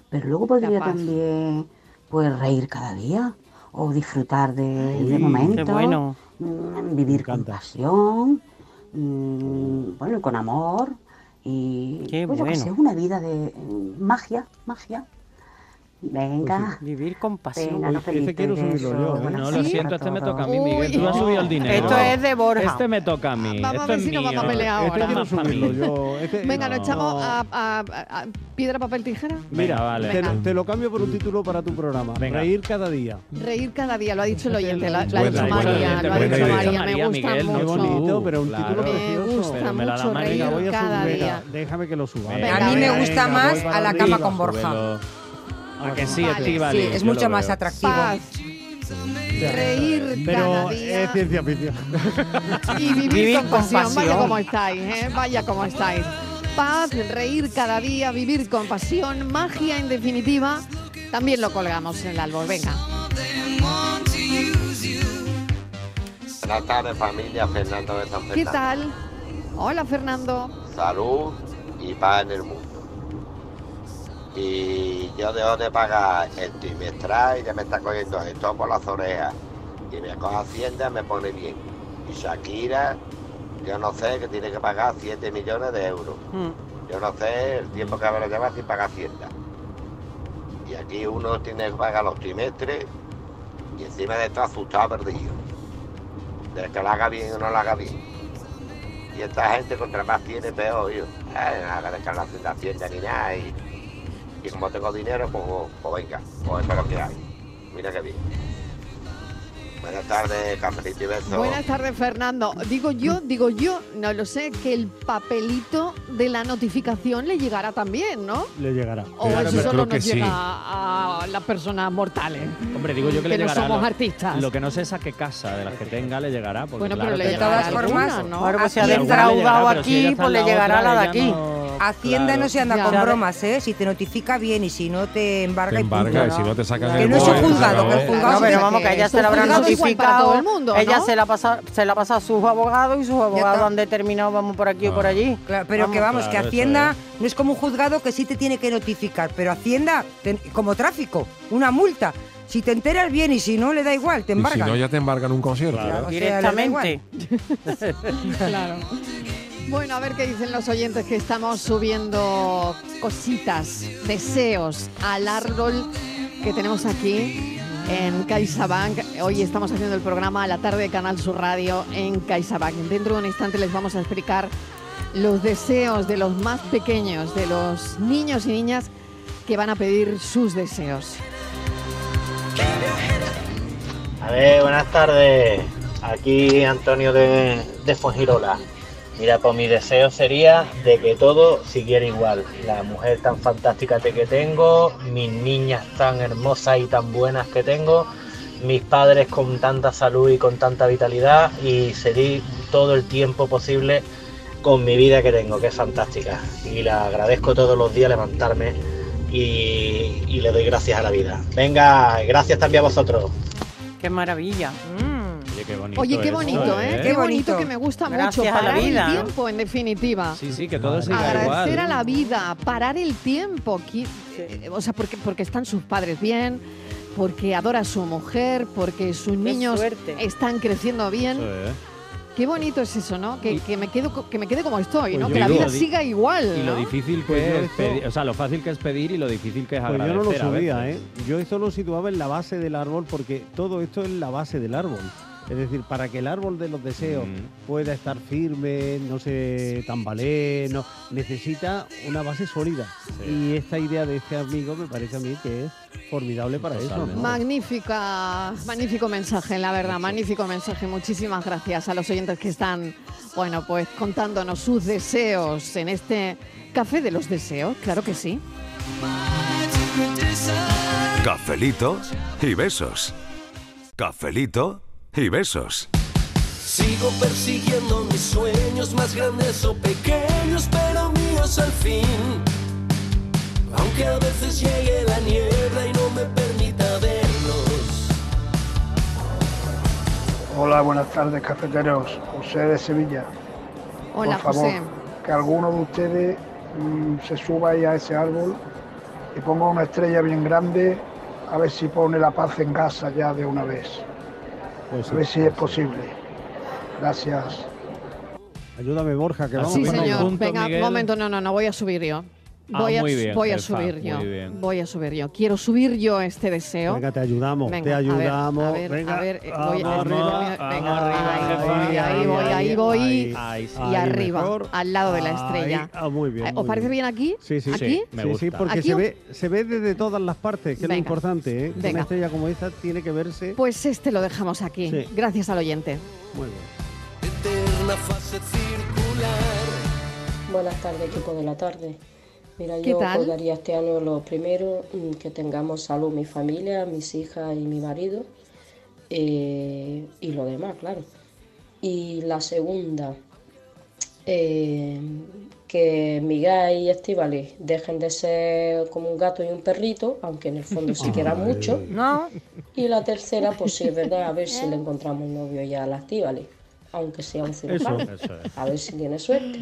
Pero luego podría paz. también, pues, reír cada día o disfrutar de, de momentos. bueno. mm, Vivir con encanta. pasión, mm, bueno, y con amor y Qué pues yo qué bueno. sé, una vida de mm, magia, magia. Venga, Pues Vivir con pasión. venga, no Uy, ese quiero felices de subirlo yo, eso. ¿eh? Buenas No, lo tardes a siento, este me todos. toca a mí, Uy, Miguel. Tú has no. subido el dinero. Esto es de Borja. Este me toca a mí. Vamos a Esto ver es si nos mío. vamos a pelear Este ahora. quiero Más para subirlo mí. yo. Este- No. Venga, nos echamos a, a- a- a piedra, papel, tijera. Mira, vale. Te, Venga. te lo cambio por un título para tu programa. Venga. Reír cada día. Reír cada día, lo ha dicho el oyente, lo, ha- lo ha Buena, buena, dicho María, buena lo ha dicho idea. María, me María, gusta Miguel, no Qué mucho. bonito, pero un Claro. título Me precioso. gusta Pero me la da mucho María. reír Venga, voy a cada subir- día. venga, déjame que lo suba. Venga, A mí me venga, gusta venga, más voy a la para cama arriba. con Borja. ¿A que sí, Vale. Estivali? Sí, es Yo mucho lo más veo. atractivo. Paz, reír cada Pero día es ciencia ficción. y vivir, Vivir con, con pasión. Vaya pasión. como estáis, ¿eh? vaya como estáis. Paz, reír cada día, vivir con pasión, magia en definitiva. También lo colgamos en el árbol, venga. Buenas tardes familia, Fernando de San Fernando. ¿Qué tal? Hola Fernando. Salud y paz en el mundo. Y yo dejo de pagar el trimestral y ya me está cogiendo esto por las orejas. Y me coge Hacienda y me pone bien. Y Shakira, yo no sé, que tiene que pagar 7 millones de euros. Mm. Yo no sé el tiempo que habrá llevado sin pagar Hacienda. Y aquí uno tiene que pagar los trimestres y encima de esto asustado perdido. De que lo haga bien o no lo haga bien. Y esta gente contra más tiene peor, yo. Eh, no haga declaración de Hacienda ni nada. Y, y como tengo dinero, pues, pues venga, pues eso es lo que hay. Mira qué bien. Buenas tardes, cafecito y besos. Buenas tardes Fernando. Digo yo, digo yo, no lo sé, que el papelito de la notificación le llegará también, ¿no? Le llegará. O Claro, eso yo solo creo que nos sí. llega a a las personas mortales. Hombre, digo yo que, Que le no llegará. somos lo, artistas. lo que no sé es a qué casa de las que tenga le llegará. Porque, Bueno, pero claro, le te- De llegará todas a formas, alguna, ¿no? Ahora que se ha Sí, alguna le defraudado llegará, pero si ella aquí, está pues en le llegará otra, la de ella aquí. no- Hacienda Claro. no se anda Ya. con bromas, ¿eh? Si te notifica bien y si no te embarga Te y punto. embarga, y si no te sacan Que el no es un móvil, juzgado, que el ¿no? juzgado No, se pero tiene vamos, que que- ella se la habrá juzgado igual para notificado. todo el mundo, ¿no? Ella se la, pasa, se la pasa a sus abogados y sus abogados está. han determinado vamos por aquí o por allí. Claro, pero que vamos, Ah. claro, que eso Hacienda no es como un juzgado que sí te tiene que notificar, pero Hacienda, te- como tráfico, una multa. Si te enteras bien y si no, le da igual, te Y si embargan. no, ya te embargan un concierto. Claro. O sea, le da Directamente. igual. Mm. Claro. Bueno, a ver qué dicen los oyentes que estamos subiendo cositas, deseos al árbol que tenemos aquí en CaixaBank. Hoy estamos haciendo el programa a la tarde de Canal Sur Radio en CaixaBank. Dentro de un instante les vamos a explicar los deseos de los más pequeños, de los niños y niñas que van a pedir sus deseos. A ver, buenas tardes. Aquí Antonio de, de Fuengirola. Mira, pues mi deseo sería de que todo siguiera igual. La mujer tan fantástica te- que tengo, mis niñas tan hermosas y tan buenas que tengo, mis padres con tanta salud y con tanta vitalidad y seguir todo el tiempo posible con mi vida que tengo, que es fantástica. Y la agradezco todos los días levantarme y, y le doy gracias a la vida. Venga, gracias también a vosotros. Qué maravilla. Mm. Oye, qué bonito. Oye, qué bonito, eso, ¿eh? Qué Qué bonito bonito. que me gusta Gracias mucho. a la Parar vida, el ¿no? tiempo, en definitiva. Sí, sí, que todo siga Agradecer igual. a la vida, parar el tiempo. qui- eh, O sea, porque, porque están sus padres bien, porque adora a su mujer, porque sus niños suerte. están creciendo bien. Eso es. Qué bonito es eso, ¿no? Que, que me, quedo, co- que me quede como estoy, Pues ¿no? yo Que la digo- vida siga igual. Y lo ¿no? difícil que Pues yo es esto- pedir, o sea, lo fácil que es pedir y lo difícil que es Pues yo agradecer. no lo a subía, ¿eh? veces. Yo esto lo situaba en la base del árbol porque todo esto es la base del árbol. Es decir, para que el árbol de los deseos Mm. pueda estar firme, no se tambalee, no, necesita una base sólida. Sí. Y esta idea de este amigo me parece a mí que es formidable para eso. Totalmente. ¿no? Magnífica, magnífico mensaje, la verdad, magnífico mensaje. Muchísimas gracias a los oyentes que están, bueno, pues contándonos sus deseos en este Café de los Deseos, claro que sí. Cafelito y besos. Cafelito y besos. Sigo persiguiendo mis sueños más grandes o pequeños, pero míos al fin. Aunque a veces llegue la niebla y no me permita verlos. Hola, buenas tardes, cafeteros. José de Sevilla. Hola, Por favor, José. que alguno de ustedes mm, se suba ahí a ese árbol y ponga una estrella bien grande a ver si pone la paz en casa ya de una vez. Pues A ver si es posible. Gracias. Ayúdame, Borja, que vamos Ah, Sí, con señor. ello. Venga, un momento, no, no, no, voy a subir yo. Ah, Voy, a, muy bien, voy a jefa, subir muy yo. bien. Voy a subir yo. Quiero subir yo este deseo. Venga, te ayudamos, Venga, te a ver, ayudamos. a ver, Venga, a ver, eh, voy a- vamos arriba, arriba, venga, arriba, ahí voy, ahí voy, ahí voy. Ay, sí. Y arriba, mejor. al lado de la estrella. Ahí, ah, muy bien. Eh, muy ¿Os parece bien aquí? Sí, sí, ¿Aquí? me sí, sí, gusta. porque Aquí se un- ve, se ve desde todas las partes, que es Venga. lo importante, ¿eh? Que Venga. Una estrella como esta tiene que verse Pues este lo dejamos aquí. Sí. Gracias al oyente. muy bien. Eterna fase circular. Buenas tardes, equipo de la tarde. Mira, ¿Qué yo tal? daría este año lo primero, mm, que tengamos salud, mi familia, mis hijas y mi marido, eh, y lo demás, claro. Y la segunda, eh, que Miguel y Estivali dejen de ser como un gato y un perrito, aunque en el fondo se quieran mucho. No, Y la tercera, pues sí, es verdad, a ver si le encontramos novio ya a la Estivali, aunque sea un cirujano. Eso es. A ver si tiene suerte.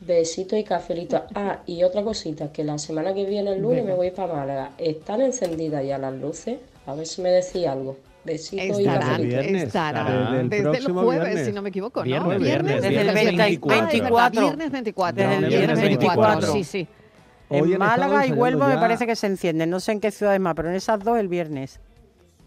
Besito y cafelito. Ah, y otra cosita, que la semana que viene, el lunes, me voy para Málaga. ¿Están encendidas ya las luces? A ver si me decís algo. Besito y Estarán, cafelito. viernes, estarán. desde el Desde el próximo jueves, viernes. si no me equivoco, ¿no? Viernes, viernes, Desde el viernes 24. 24. Viernes 24. Desde el Viernes viernes 24, 24. sí, sí. Hoy han en estado Málaga y ensayando Huelva me ya- parece que se encienden. No sé en qué ciudades más, pero en esas dos el viernes.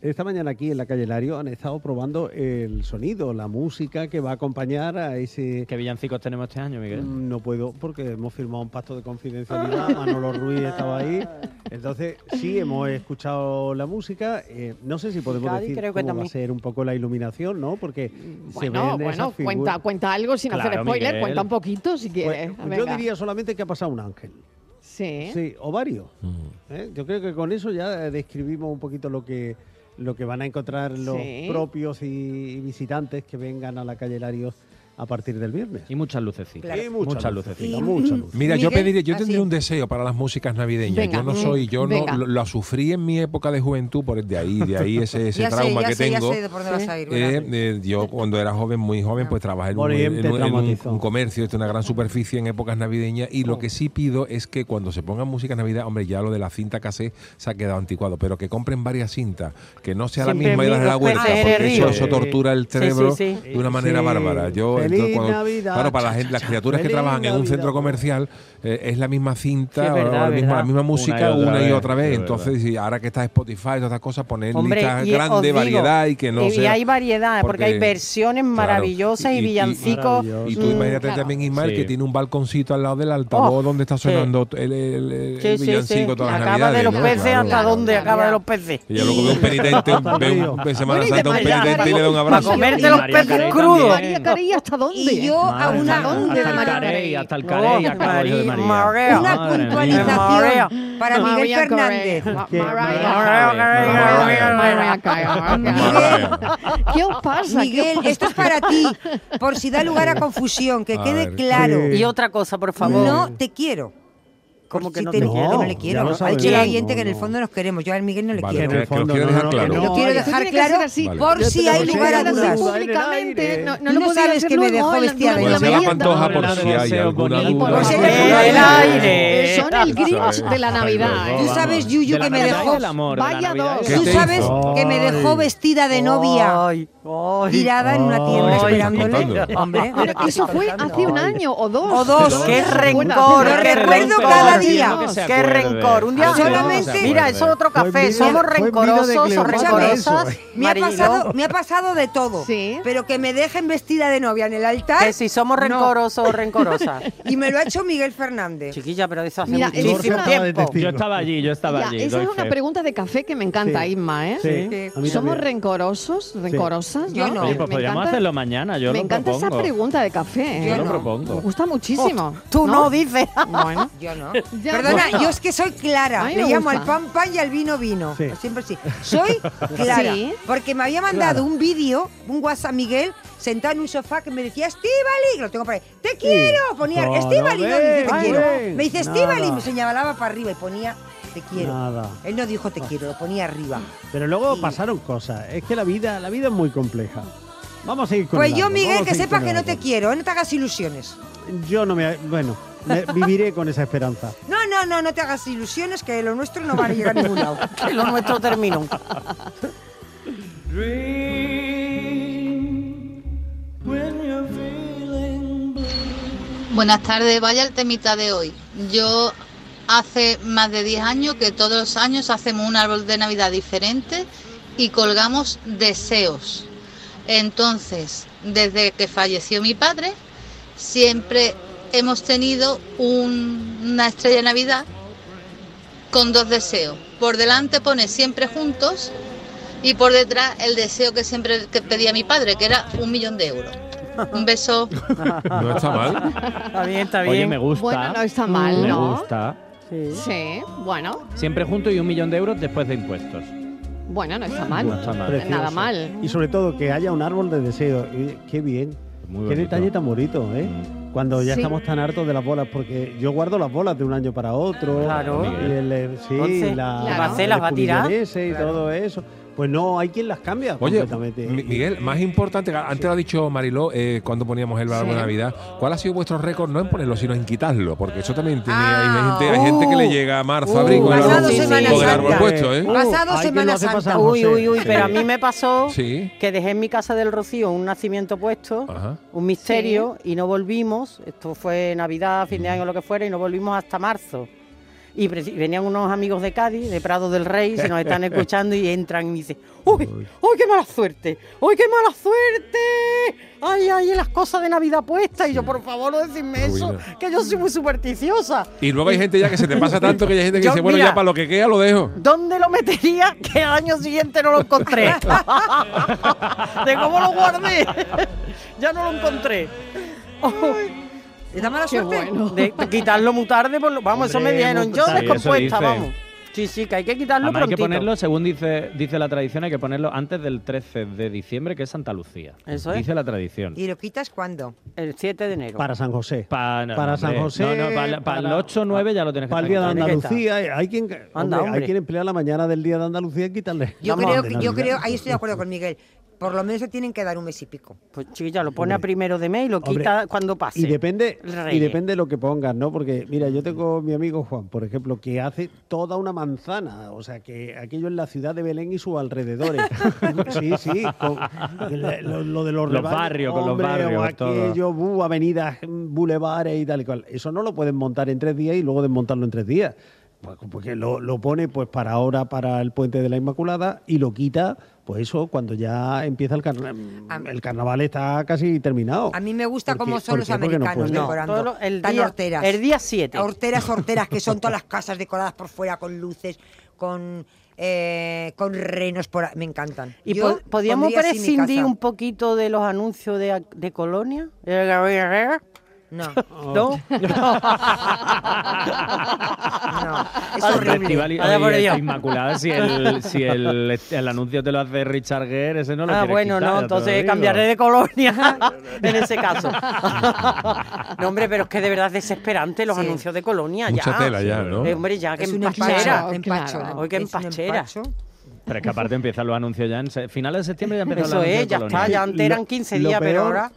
Esta mañana aquí en la calle Lario han estado probando el sonido, la música que va a acompañar a ese... ¿Qué villancicos tenemos este año, Miguel? Mm, No puedo porque hemos firmado un pacto de confidencialidad. Manolo Ruiz estaba ahí. Entonces, sí, hemos escuchado la música. eh, no sé si podemos Cádiz decir creo que cómo va a también. ser un poco la iluminación, ¿no? Porque se Bueno, ven bueno, esas figuras. cuenta, cuenta algo sin hacer Claro, spoiler, Miguel. cuenta un poquito si Pues, quieres. yo Venga. diría solamente que ha pasado un ángel. Sí. Sí, o varios. Mm. ¿eh? Yo creo que con eso ya eh, describimos un poquito lo que lo que van a encontrar los Sí. propios y, y visitantes que vengan a la calle Larios a partir del viernes. Y muchas lucecitas. Claro. Y Muchas lucecitas. Y- Mm. muchas luces. Mira, yo Miguel, pediré, yo así. tendría un deseo para las músicas navideñas. Venga. yo no soy, yo Venga. no lo, lo sufrí en mi época de juventud, por de ahí, de ahí ese, ese ya sé, trauma ya que sé, tengo. ya sé de por dónde vas a ir. Eh, ¿verdad? eh, yo cuando era joven, muy joven, pues trabajé en un, Oriente en un- en un- traumatizó. un comercio, en una gran superficie en épocas navideñas y Oh. lo que sí pido es que cuando se pongan música navidad, hombre, ya lo de la cinta cassette se ha quedado anticuado, pero que compren varias cintas, que no sea la Siempre misma y darle la amigos, vuelta, pero porque eres eso, río. eso tortura el Sí, sí, cerebro sí. de una manera Sí. bárbara. Yo, Feliz entonces, cuando- Navidad. claro, para la gente- las criaturas que Feliz trabajan en un Navidad. centro comercial eh, es la misma cinta, Sí, es o verdad, la, misma, verdad. la misma música otra una y vez, otra vez. es Entonces, y ahora que está Spotify y todas estas cosas, poner Hombre, listas y os grandes, digo, variedad y que no y, y sea- hay variedad, porque, hay porque- versiones Claro. maravillosas y, villancicos. Maravilloso. Y tú mm, imagínate claro. también, Ismael, Sí. que tiene un balconcito al lado del altavoz Oh, donde está sí. sonando el, el- el- sí, el sí, sí. villancico todas las Acaba navidades. de los ¿no? peces Claro. hasta dónde acaba de los peces. Y ya luego ve un penitente, un- ve un, ve Semana Bueno, y Santa, un de María penitente y le da un Carey. abrazo. Para comerte los María Carey peces también. crudos. María ¿eh? Carey, ¿hasta dónde? Y yo a Madre una, mía, ¿dónde hasta de el María Carey, Carey? hasta el No, Carey, acabo yo de María, María. Una Madre mía. Marea. puntualización para Miguel Mariah Fernández. Carey. Ma- Que- Mariah María, María, Carey. María, Mariah María. Carey. Mariah. ¿Qué os pasa? ¿Qué Miguel, os esto es para ti, por si da lugar a confusión, que A quede ver. claro. Sí. Y otra cosa, por favor. No te quiero. como que no te te quiero, quiero? no le Ya quiero. lo Hay sabemos. que oyente No, que en el no. fondo nos queremos. Yo al Miguel no le Vale, quiero. que- que lo quiero dejar claro. Yo quiero dejar claro por si hay lugar a dudas. públicamente. No, no Tú lo no podía sabes hacer que me luego dejó en la- vestida de durante eh, Bueno, la se la merienda. pantoja por si hay alguna duda. Por Por si si hay hay el duda. aire. Son el Grinch de la Navidad. Tú ¿eh? sabes, Yuyu, De la que me Navidad dejó. y del amor, de la Vaya Navidad dos. y del Tú amor. sabes que me dejó vestida de novia. Tirada en una tienda ¿eh? Ay. esperándole. Contando. Hombre, Pero eso fue hace un año o dos. O dos. Qué Bueno, rencor, lo qué recuerdo rencor. cada Dios, día. que se Qué acuerde. rencor. Un día Al menos solamente- que se Mira, eso es otro Fue café. envidia- Somos fue envidia de rencorosos o Cleopatra rencorosas. eso. eh. Me ha, Mariló. pasado, me ha pasado de todo. Pero que me dejen vestida de novia en el altar. Que si somos no. rencorosos o rencorosas. y me lo ha hecho Miguel Fernández. Chiquilla, pero eso hace Mira, es muchísimo una- tiempo. Yo estaba allí, yo estaba Ya, allí. esa doy es una fe. pregunta de café que me encanta, Sí. Inma. ¿eh? Sí, Sí. a mí ¿Somos también. rencorosas? ¿Rencorosas? Yo no. Oye, pues Me podríamos encanta- hacerlo mañana, yo me lo encanta esa propongo. pregunta de café. ¿eh? Yo lo propongo. Me gusta muchísimo. Tú no, dices. Bueno. Yo no. Ya. Oh. Perdona, Bueno. yo es que soy clara. A mí Le me llamo gusta. al pan pan y al vino vino. Sí. Siempre sí. Soy clara. Sí. Porque me había mandado Clara. un vídeo, un WhatsApp Miguel, sentado en un sofá que me decía, Estivali, lo tengo por ahí. ¡Te quiero! Ponía, No, Estivali, no no, dice, te ves, quiero. ves, Me dice, nada. Estivali, y me señalaba para arriba y ponía, te quiero. Nada. Ah. Él no dijo te quiero, lo ponía arriba. Pero luego pasaron cosas. Es que la vida, la vida es muy compleja. Vamos a seguir con Pues el yo, árbol, Miguel, vamos a que seguir sepas con que el no te quiero, ¿eh? no te hagas ilusiones. árbol. Yo no me. Bueno, me- viviré con esa esperanza. No, no, no, no te hagas ilusiones, que lo nuestro no va a llegar a ningún lado. Que lo nuestro terminó. Buenas tardes, vaya el temita de hoy. Yo hace más de 10 años que todos los años hacemos un árbol de Navidad diferente y colgamos deseos. Entonces, desde que falleció mi padre, siempre hemos tenido un- una estrella de Navidad con dos deseos. Por delante pone siempre juntos y por detrás el deseo que siempre que pedía mi padre, que era un millón de euros. Un beso. No está mal. Está bien, está Oye, bien. me gusta. Mm, Bueno, no está mal, me ¿no? gusta. Sí, bueno. Siempre junto y un millón de euros después de impuestos. Bueno, no está mal. No está mal. Nada Precioso. mal. Y sobre todo que haya un árbol de deseo. Y Qué bien. Qué bonito. detalle tan bonito, ¿eh? Cuando ya Sí. estamos tan hartos de las bolas, porque yo guardo las bolas de un año para otro. Claro. Y el, eh, sí, Entonces, la, ¿las va a hacer, las va a tirar? el ese y Claro. todo eso. Pues no, hay quien las cambia Oye, completamente. Mi- Miguel, más importante, antes lo ha dicho Mariló, eh, cuando poníamos el árbol de Navidad, ¿cuál ha sido vuestro récord? No en ponerlo, sino en quitarlo, porque eso también tiene, Ah, hay, gente, hay gente que uh, le llega a marzo, abril con el pasado árbol, Semana con el árbol Santa. puesto, ¿eh? Pasado Semana Santa. uy, uy, uy, pero a mí me pasó Sí. que dejé en mi casa del Rocío un nacimiento puesto, Ajá. un misterio, y no volvimos. Esto fue Navidad, fin de Mm. año, lo que fuera, y no volvimos hasta marzo. Y pre- y venían unos amigos de Cádiz, de Prado del Rey, se nos están escuchando y entran y dicen, ¡Uy, uy, qué mala suerte! ¡Uy, qué mala suerte! ¡Ay, ay, las cosas de Navidad puestas! Y yo, por favor, no decidme eso, Ruina. que yo soy muy supersticiosa. Y luego hay gente ya que se te pasa tanto que hay gente que Yo, dice, bueno, mira. ya para lo que queda lo dejo. ¿Dónde lo metería que al año siguiente no lo encontré? ¿De cómo lo guardé? ya no lo encontré. ¿Te da mala suerte? De, de quitarlo muy tarde, por lo- vamos, eso Hombre, me dieron. muy Pues Yo tarde. Sí, eso descompuesta, dice. vamos. Sí, sí, que hay que quitarlo Además, hay que prontito. ponerlo, según dice, dice la tradición, hay que ponerlo antes del 13 de diciembre, que es Santa Lucía. Eso es. Dice la tradición. ¿Y lo quitas cuándo? El 7 de enero. Para San José. Pa- no, Para San hombre. José, No, no, pa- la- pa- para- el 8 9 ya lo tienes que Para el tener Día de quitado. Andalucía, eh, hay- hay quien, Anda, hombre, hay hombre. quien emplea la mañana del Día de Andalucía y quitarle. Yo la creo, de que- yo Navidad. creo, ahí estoy de acuerdo con Miguel. Por lo menos se tienen que dar un mes y pico. Pues chiquilla, lo pone a primero de mes y lo Hombre, quita cuando pase. Y depende, y Reyes. depende de lo que pongas, ¿no? Porque, mira, yo tengo mi amigo Juan, por ejemplo, que hace toda una manzana. O sea, que aquello en la ciudad de Belén y sus alrededores. sí, sí. con- lo, lo de los, Los rebaños, barrios, con los hombre, barrios, O todo. aquello, bu, avenidas, bulevares y tal y cual. Eso no lo pueden montar en tres días y luego desmontarlo en tres días. Pues, Porque lo, lo pone pues para ahora, para el puente de la Inmaculada y lo quita, pues eso, cuando ya empieza el carnaval. El carnaval está casi terminado. A mí me gusta Porque- cómo son ¿por los qué? Porque no americanos pueden. decorando. Todo lo- el Tan día- horteras. el día 7. Horteras, horteras, que son todas las casas decoradas por fuera con luces, con, eh, con renos. por a- Me encantan. ¿Y Yo po- podíamos pondría así mi prescindir casa. un poquito de los anuncios de, ac- de Colonia? Eh, ¿No? No. es horrible. Estivali, Vaya oye, por Dios. Inmaculada, si, el, si el, el anuncio te lo hace Richard Gere, ese no lo Ah, quieres bueno, quitar, ya no, te lo entonces digo. cambiaré de colonia en ese caso. no, hombre, pero es que de verdad es desesperante los anuncios de colonia Mucha ya. tela ya, ¿no? Eh, hombre, ya que Es un empachera. empacho, empacho. Hoy que Es un empachera. empacho. Pero es que aparte empiezan los anuncios ya en se- finales de septiembre ya empiezan Eso los anuncios es, ya de está, Colonia. ya antes eran 15 días, pero ahora...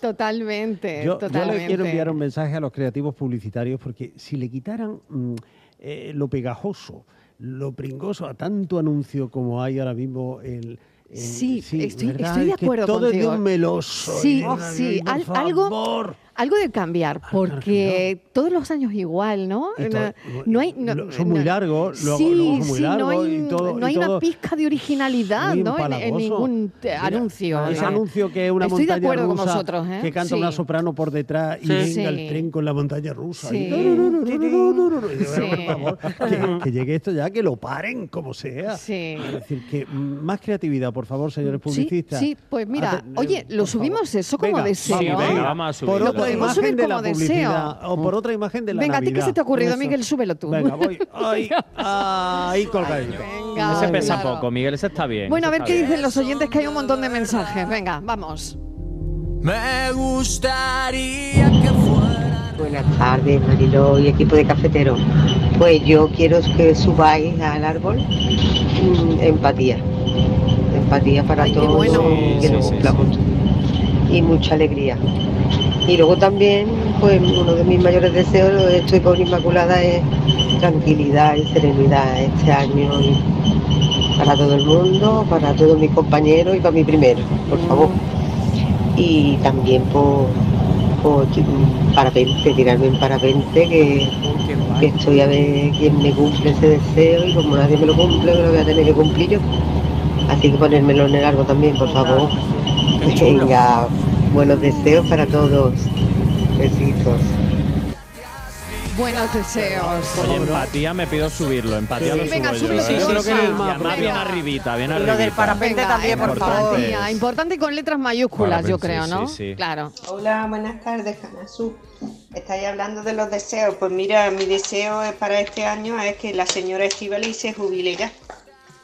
Totalmente, Yo, yo totalmente. le quiero enviar un mensaje a los creativos publicitarios porque si le quitaran mm, eh, lo pegajoso, lo pringoso a tanto anuncio como hay ahora mismo el... el- Sí, estoy, ¿verdad? estoy de Que acuerdo todo es contigo. de un meloso. Sí, y una- sí, y por al- favor. algo, algo de Ah, cambiar, porque todos los años igual, ¿no? Y No, todo- no hay, no- lo- son muy no- largos, luego- sí, luego son muy sí, no largos hay, y todo- y no hay todo- una pizca de originalidad, muy ¿no? En, en empalagoso. ningún eh, anuncio. Ese ¿no? anuncio que es una Estoy de montaña acuerdo con rusa vosotros, ¿eh? que canta Sí. una soprano por detrás y Sí. venga Sí. el tren con la montaña rusa. Sí. y turururururururu. Y yo, Sí. por favor, que, que llegue esto ya, que lo paren como sea. Sí. Es decir, que mm, más creatividad, por favor, señores Sí, publicistas. sí, pues mira, Hace- oye, lo subimos eso como eh, Venga, deseo. vamos, venga, vamos a Por subirlo. Lo otra podemos imagen subir de como la publicidad deseo. o por otra imagen de la Venga, ¿a ti Navidad. qué se te ha ocurrido, Eso. Miguel? Súbelo tú. Venga, voy. Ay, ay, colgadito. Venga, Ese pesa claro. poco, Miguel, ese está bien. Bueno, a ese ver está qué bien. dicen los oyentes, que hay un montón de mensajes. Venga, vamos. Me gustaría que fuera. Buenas tardes, Mariló y equipo de cafetero. Pues yo quiero que subáis al árbol mm, empatía. Empatía para todos y que nos cumplamos. Y mucha alegría. Y luego también, pues uno de mis mayores deseos, estoy con Inmaculada, es tranquilidad y serenidad este año y para todo el mundo, para todos mis compañeros y para mi primero, por favor. Y también por, por mm, parapente, tirarme en parapente, que, que estoy a ver quién me cumple ese deseo y como nadie me lo cumple, me lo voy a tener que cumplir yo. Así que ponérmelo en el árbol también, por favor. Venga, buenos deseos para todos. Besitos. Buenos deseos. Oye, empatía me pido subirlo, empatía Sí, lo venga, subo súbelo, yo. sí, ¿eh? sí, Creo sí. que lo- Venga, y además bien venga. arribita, bien Y arribita. Venga, Importante. empatía. Importante y con letras mayúsculas, yo creo, Parapente, sí, ¿no? sí, sí. Claro. Hola, buenas tardes, Hanasú. Estáis hablando de los deseos. Pues mira, mi deseo es para este año es que la señora Estivali se jubile ya.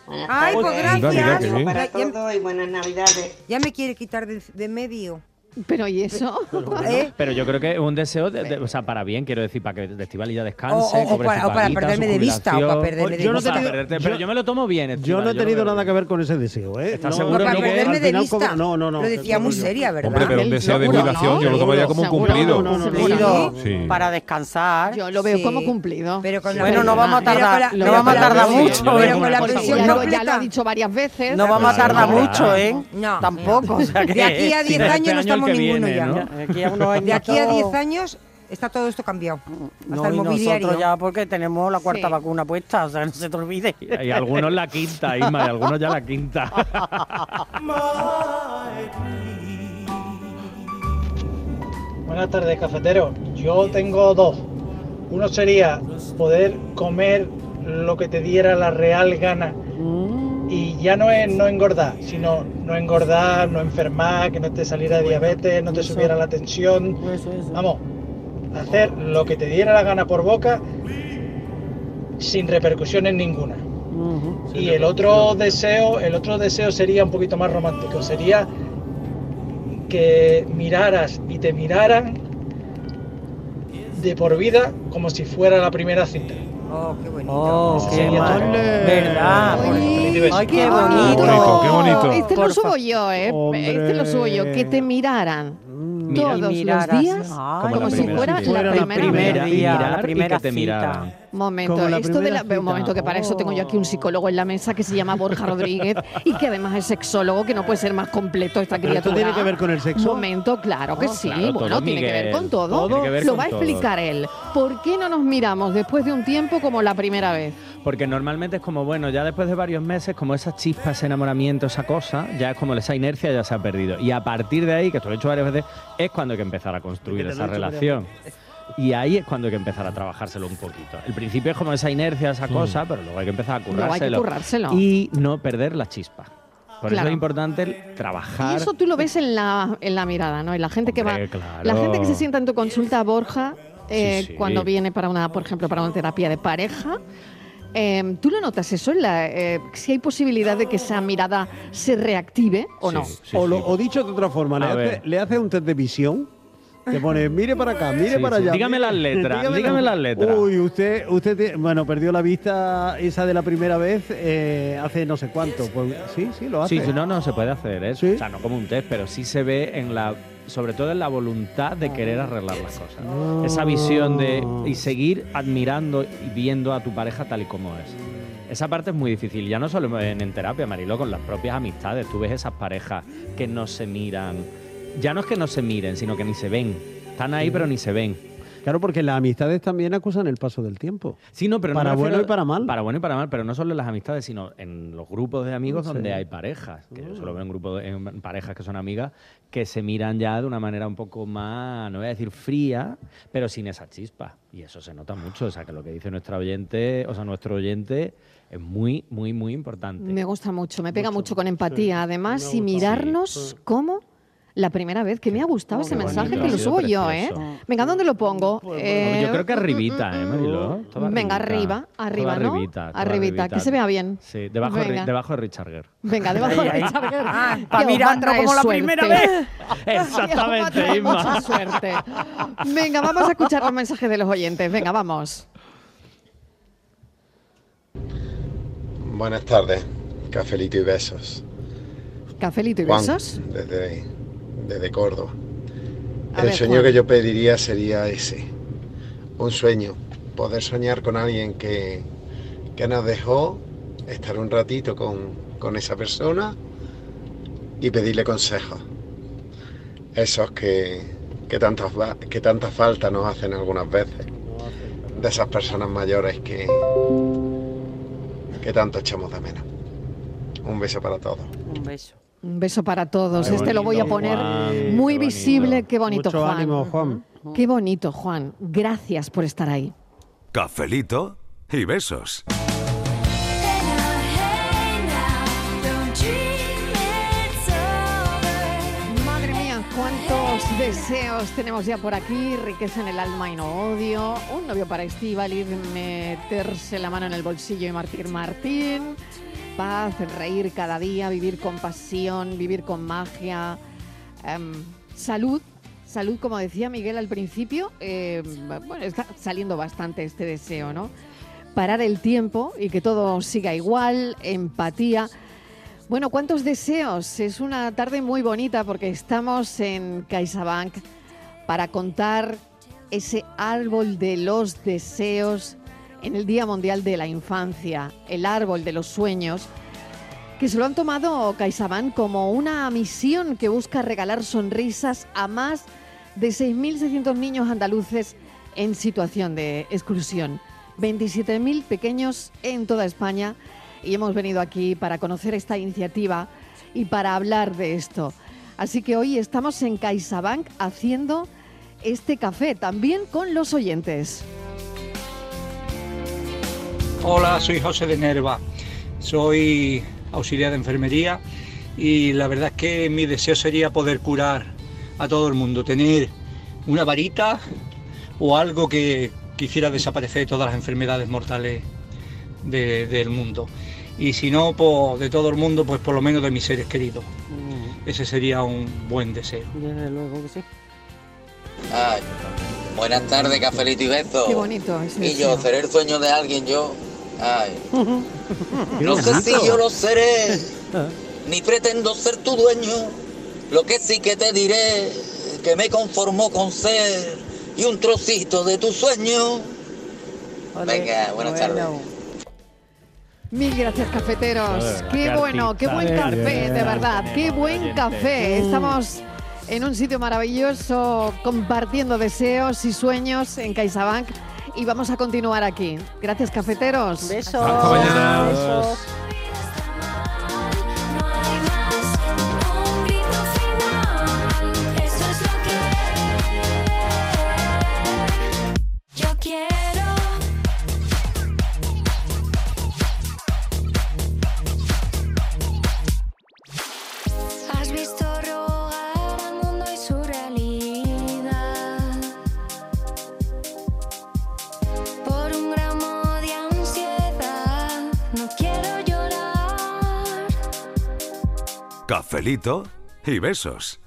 Buenas Ay, pues tardes. gracias. Mira, mira, qué Ánimo bien. para Ya- ya- todos y buenas navidades. Ya me quiere quitar de, de medio. Pero ¿y eso? ¿Eh? Pero yo creo que es un deseo, de, de- o sea, para bien, quiero decir, para que Estivali ya descanse. O- o- o cobre para- su o para paguita, perderme su de vista, o para jubilación. perderme de Yo no vista. te digo- perderte, pero yo me lo tomo bien, Yo Estíbaliz, no he yo lo tenido veo nada que ver con ese deseo, ¿eh? ¿Estás No, seguro? no, Para no, perderme al de final vista. como- No, no, no. Lo decía muy seria, ¿verdad? Hombre, pero un deseo de jubilación, yo lo tomaría como un cumplido. Cumplido, Sí. para descansar. Yo lo veo como cumplido. Pero con Bueno, no vamos a tardar, no vamos a tardar mucho. ¿eh? ya, lo, ya lo ha dicho varias veces. No vamos a tardar mucho, ¿eh? No. Tampoco. o sea que- este De aquí a 10 años no año el estamos que ninguno viene, ya. ¿no? De aquí a unos años De aquí a todo- 10 años está todo esto cambiado. Hasta Mm, No, el y mobiliario. nosotros ya porque tenemos la cuarta Sí. vacuna puesta, o sea, no se te olvide. Y algunos la quinta, Isma, y algunos ya la quinta. Buenas tardes, cafetero. Yo tengo dos. Uno sería poder comer lo que te diera la real gana. Mm. Y ya no es no engordar, sino no engordar, no enfermar, que no te saliera diabetes, no te subiera la tensión. Vamos, hacer lo que te diera la gana por boca sin repercusiones ninguna. Y el otro deseo, el otro deseo sería un poquito más romántico, sería que miraras y te miraran de por vida como si fuera la primera cita. Oh, qué bonito. Oh, qué mal. ¿Verdad? Ay, qué bonito. bonito. qué bonito. Este lo Por subo fa- yo, ¿eh? Este lo subo yo. Que te miraran todos los Miraras. días Ay, como, la si primera fuera cita. la primera, primera vez. y mirar la y primera que te cita. miraran. Momento, Como la esto de la, primera un momento que para eso tengo yo aquí un psicólogo en la mesa que se llama Borja Rodríguez y que además es sexólogo, que no puede ser más completo esta Pero criatura. esto tiene que ver con el sexo. Momento, claro que Ah, sí, claro, bueno, todo, tiene que ver Miguel. con todo. Tiene que ver Lo con va a todo. explicar él. ¿Por qué no nos miramos después de un tiempo como la primera vez? Porque normalmente es como, bueno, ya después de varios meses, como esa chispa, ese enamoramiento, esa cosa, ya es como esa inercia ya se ha perdido. Y a partir de ahí, que esto lo he hecho varias veces, es cuando hay que empezar a construir te lo he esa hecho varias relación. Y ahí es cuando hay que empezar a trabajárselo un poquito. El principio es como esa inercia, esa cosa, pero luego hay que empezar a Mm. Luego hay que currárselo. currárselo. Y no perder la chispa. Por eso Claro. es importante el Y trabajar. eso tú lo ves en la, en la mirada, ¿no? En la gente Hombre, que va. claro. La gente que se sienta en tu consulta, Borja, eh, sí. cuando viene para una, por ejemplo, para una terapia de pareja. Eh, ¿Tú lo notas eso? en la- eh, si hay posibilidad de que esa mirada se reactive o no. o, lo- o dicho de otra forma, le A hace, ver. le hace un test de visión. Te pone, mire para acá, mire Sí, para sí. allá. Dígame mire- las letras, dígame las letras. Uy, usted, usted te- bueno, perdió la vista esa de la primera vez eh, hace no sé cuánto. Pues, sí, sí, lo hace. Sí, sí, no, no se puede hacer, ¿eh? O sea, no como un test, pero sí se ve en la, sobre todo en la voluntad de querer arreglar las cosas. Mm. Esa visión de y seguir admirando y viendo a tu pareja tal y como es. Esa parte es muy difícil, ya no solo en, en terapia, Marilo, con las propias amistades. Tú ves esas parejas que no se miran. Ya no es que no se miren, sino que ni se ven. Están ahí, pero ni se ven. Claro, porque las amistades también acusan el paso del tiempo. Sí, no, pero no Para me refiero- bueno y para mal. Para bueno y para mal, pero no solo en las amistades, sino en los grupos de amigos Sí. Mm. donde hay parejas. Que yo solo veo en grupos, de- en parejas que son amigas que se miran ya de una manera un poco más, no voy a decir fría, pero sin esa chispa. Y eso se nota mucho. O sea, que lo que dice nuestra oyente, o sea, nuestro oyente es muy, muy, muy importante. Me gusta mucho, me pega mucho, con empatía, además, y mirarnos como la primera vez, que me ha gustado ese bonito, mensaje, ha que lo sido subo yo, ¿eh? precioso. Pues, Venga, ¿dónde lo pongo? Eh, Yo creo que arribita, ¿eh, Mariló? Todo Venga, arriba, Todo arriba, ¿no? arribita, todo Arribita, que se vea bien. Sí, debajo, de- Venga. debajo de Richard Gere. Venga, debajo de Ahí, ahí. Richard Gere. que pa' os va a mirarlo traer como la primera suerte. vez. Exactamente, Que os va a traer Inma. Mucha suerte. Venga, vamos a escuchar los mensajes de los oyentes. Venga, vamos. Buenas tardes, cafelito y besos. Cafelito y Juan, besos. Desde, desde Córdoba. A el ver, sueño Juan. que yo pediría sería ese. Un sueño. Poder soñar con alguien que, que nos dejó, estar un ratito con, con esa persona y pedirle consejos. Esos que, que, tantas, va- que tanta falta nos hacen algunas veces. De esas personas mayores que, que tanto echamos de menos. Un beso para todos. Un beso. Un beso para todos. Qué este lo voy a bonito, poner Juan, muy qué visible. Qué bonito, Mucho Juan. ánimo, Juan. Qué bonito, Juan. Gracias por estar ahí. Cafelito y besos. Madre mía, cuántos deseos tenemos ya por aquí. Riqueza en el alma y no odio. Un novio para Estíbaliz, meterse la mano en el bolsillo y Martín Martín. Paz, reír cada día, vivir con pasión, vivir con magia. Em, salud, salud, como decía Miguel al principio. eh, bueno, está saliendo bastante este deseo, ¿no? Parar el tiempo y que todo siga igual, empatía. Bueno, ¿cuántos deseos? Es una tarde muy bonita porque estamos en CaixaBank para contar ese árbol de los deseos en el Día Mundial de la Infancia, el árbol de los sueños, que se lo han tomado CaixaBank como una misión que busca regalar sonrisas a más de 6.600 niños andaluces en situación de exclusión. 27.000 pequeños en toda España y hemos venido aquí para conocer esta iniciativa y para hablar de esto. Así que hoy estamos en CaixaBank haciendo este café también con los oyentes. Hola, soy José de Nerva, soy auxiliar de enfermería y la verdad es que mi deseo sería poder curar a todo el mundo, tener una varita o algo que quisiera desaparecer todas las enfermedades mortales de- del mundo. Y si no, pues, de todo el mundo, pues por lo menos de mis seres queridos. Ese sería un buen deseo. Mm. Desde luego que sí. Ay, buenas tardes, cafelito y beso. Qué bonito. es Y yo seré el sueño de alguien, yo. Ay. Qué No sé si bonito. yo lo seré, Ah. ni pretendo ser tu dueño. Lo que sí que te diré, que me conformo con ser y un trocito de tu sueño. Venga, buenas tardes. Mil gracias, cafeteros. De verdad, qué qué bueno, qué artista. buen Qué café, bien. de verdad. Qué buen café. Mm. Estamos en un sitio maravilloso compartiendo deseos y sueños en CaixaBank y vamos a continuar aquí. Gracias, cafeteros. Besos. Ah, Hasta mañana. Eso es lo que yo quiero. Has visto rogar al mundo y su realidad por un gramo de ansiedad. no quiero llorar. Cafelito y besos.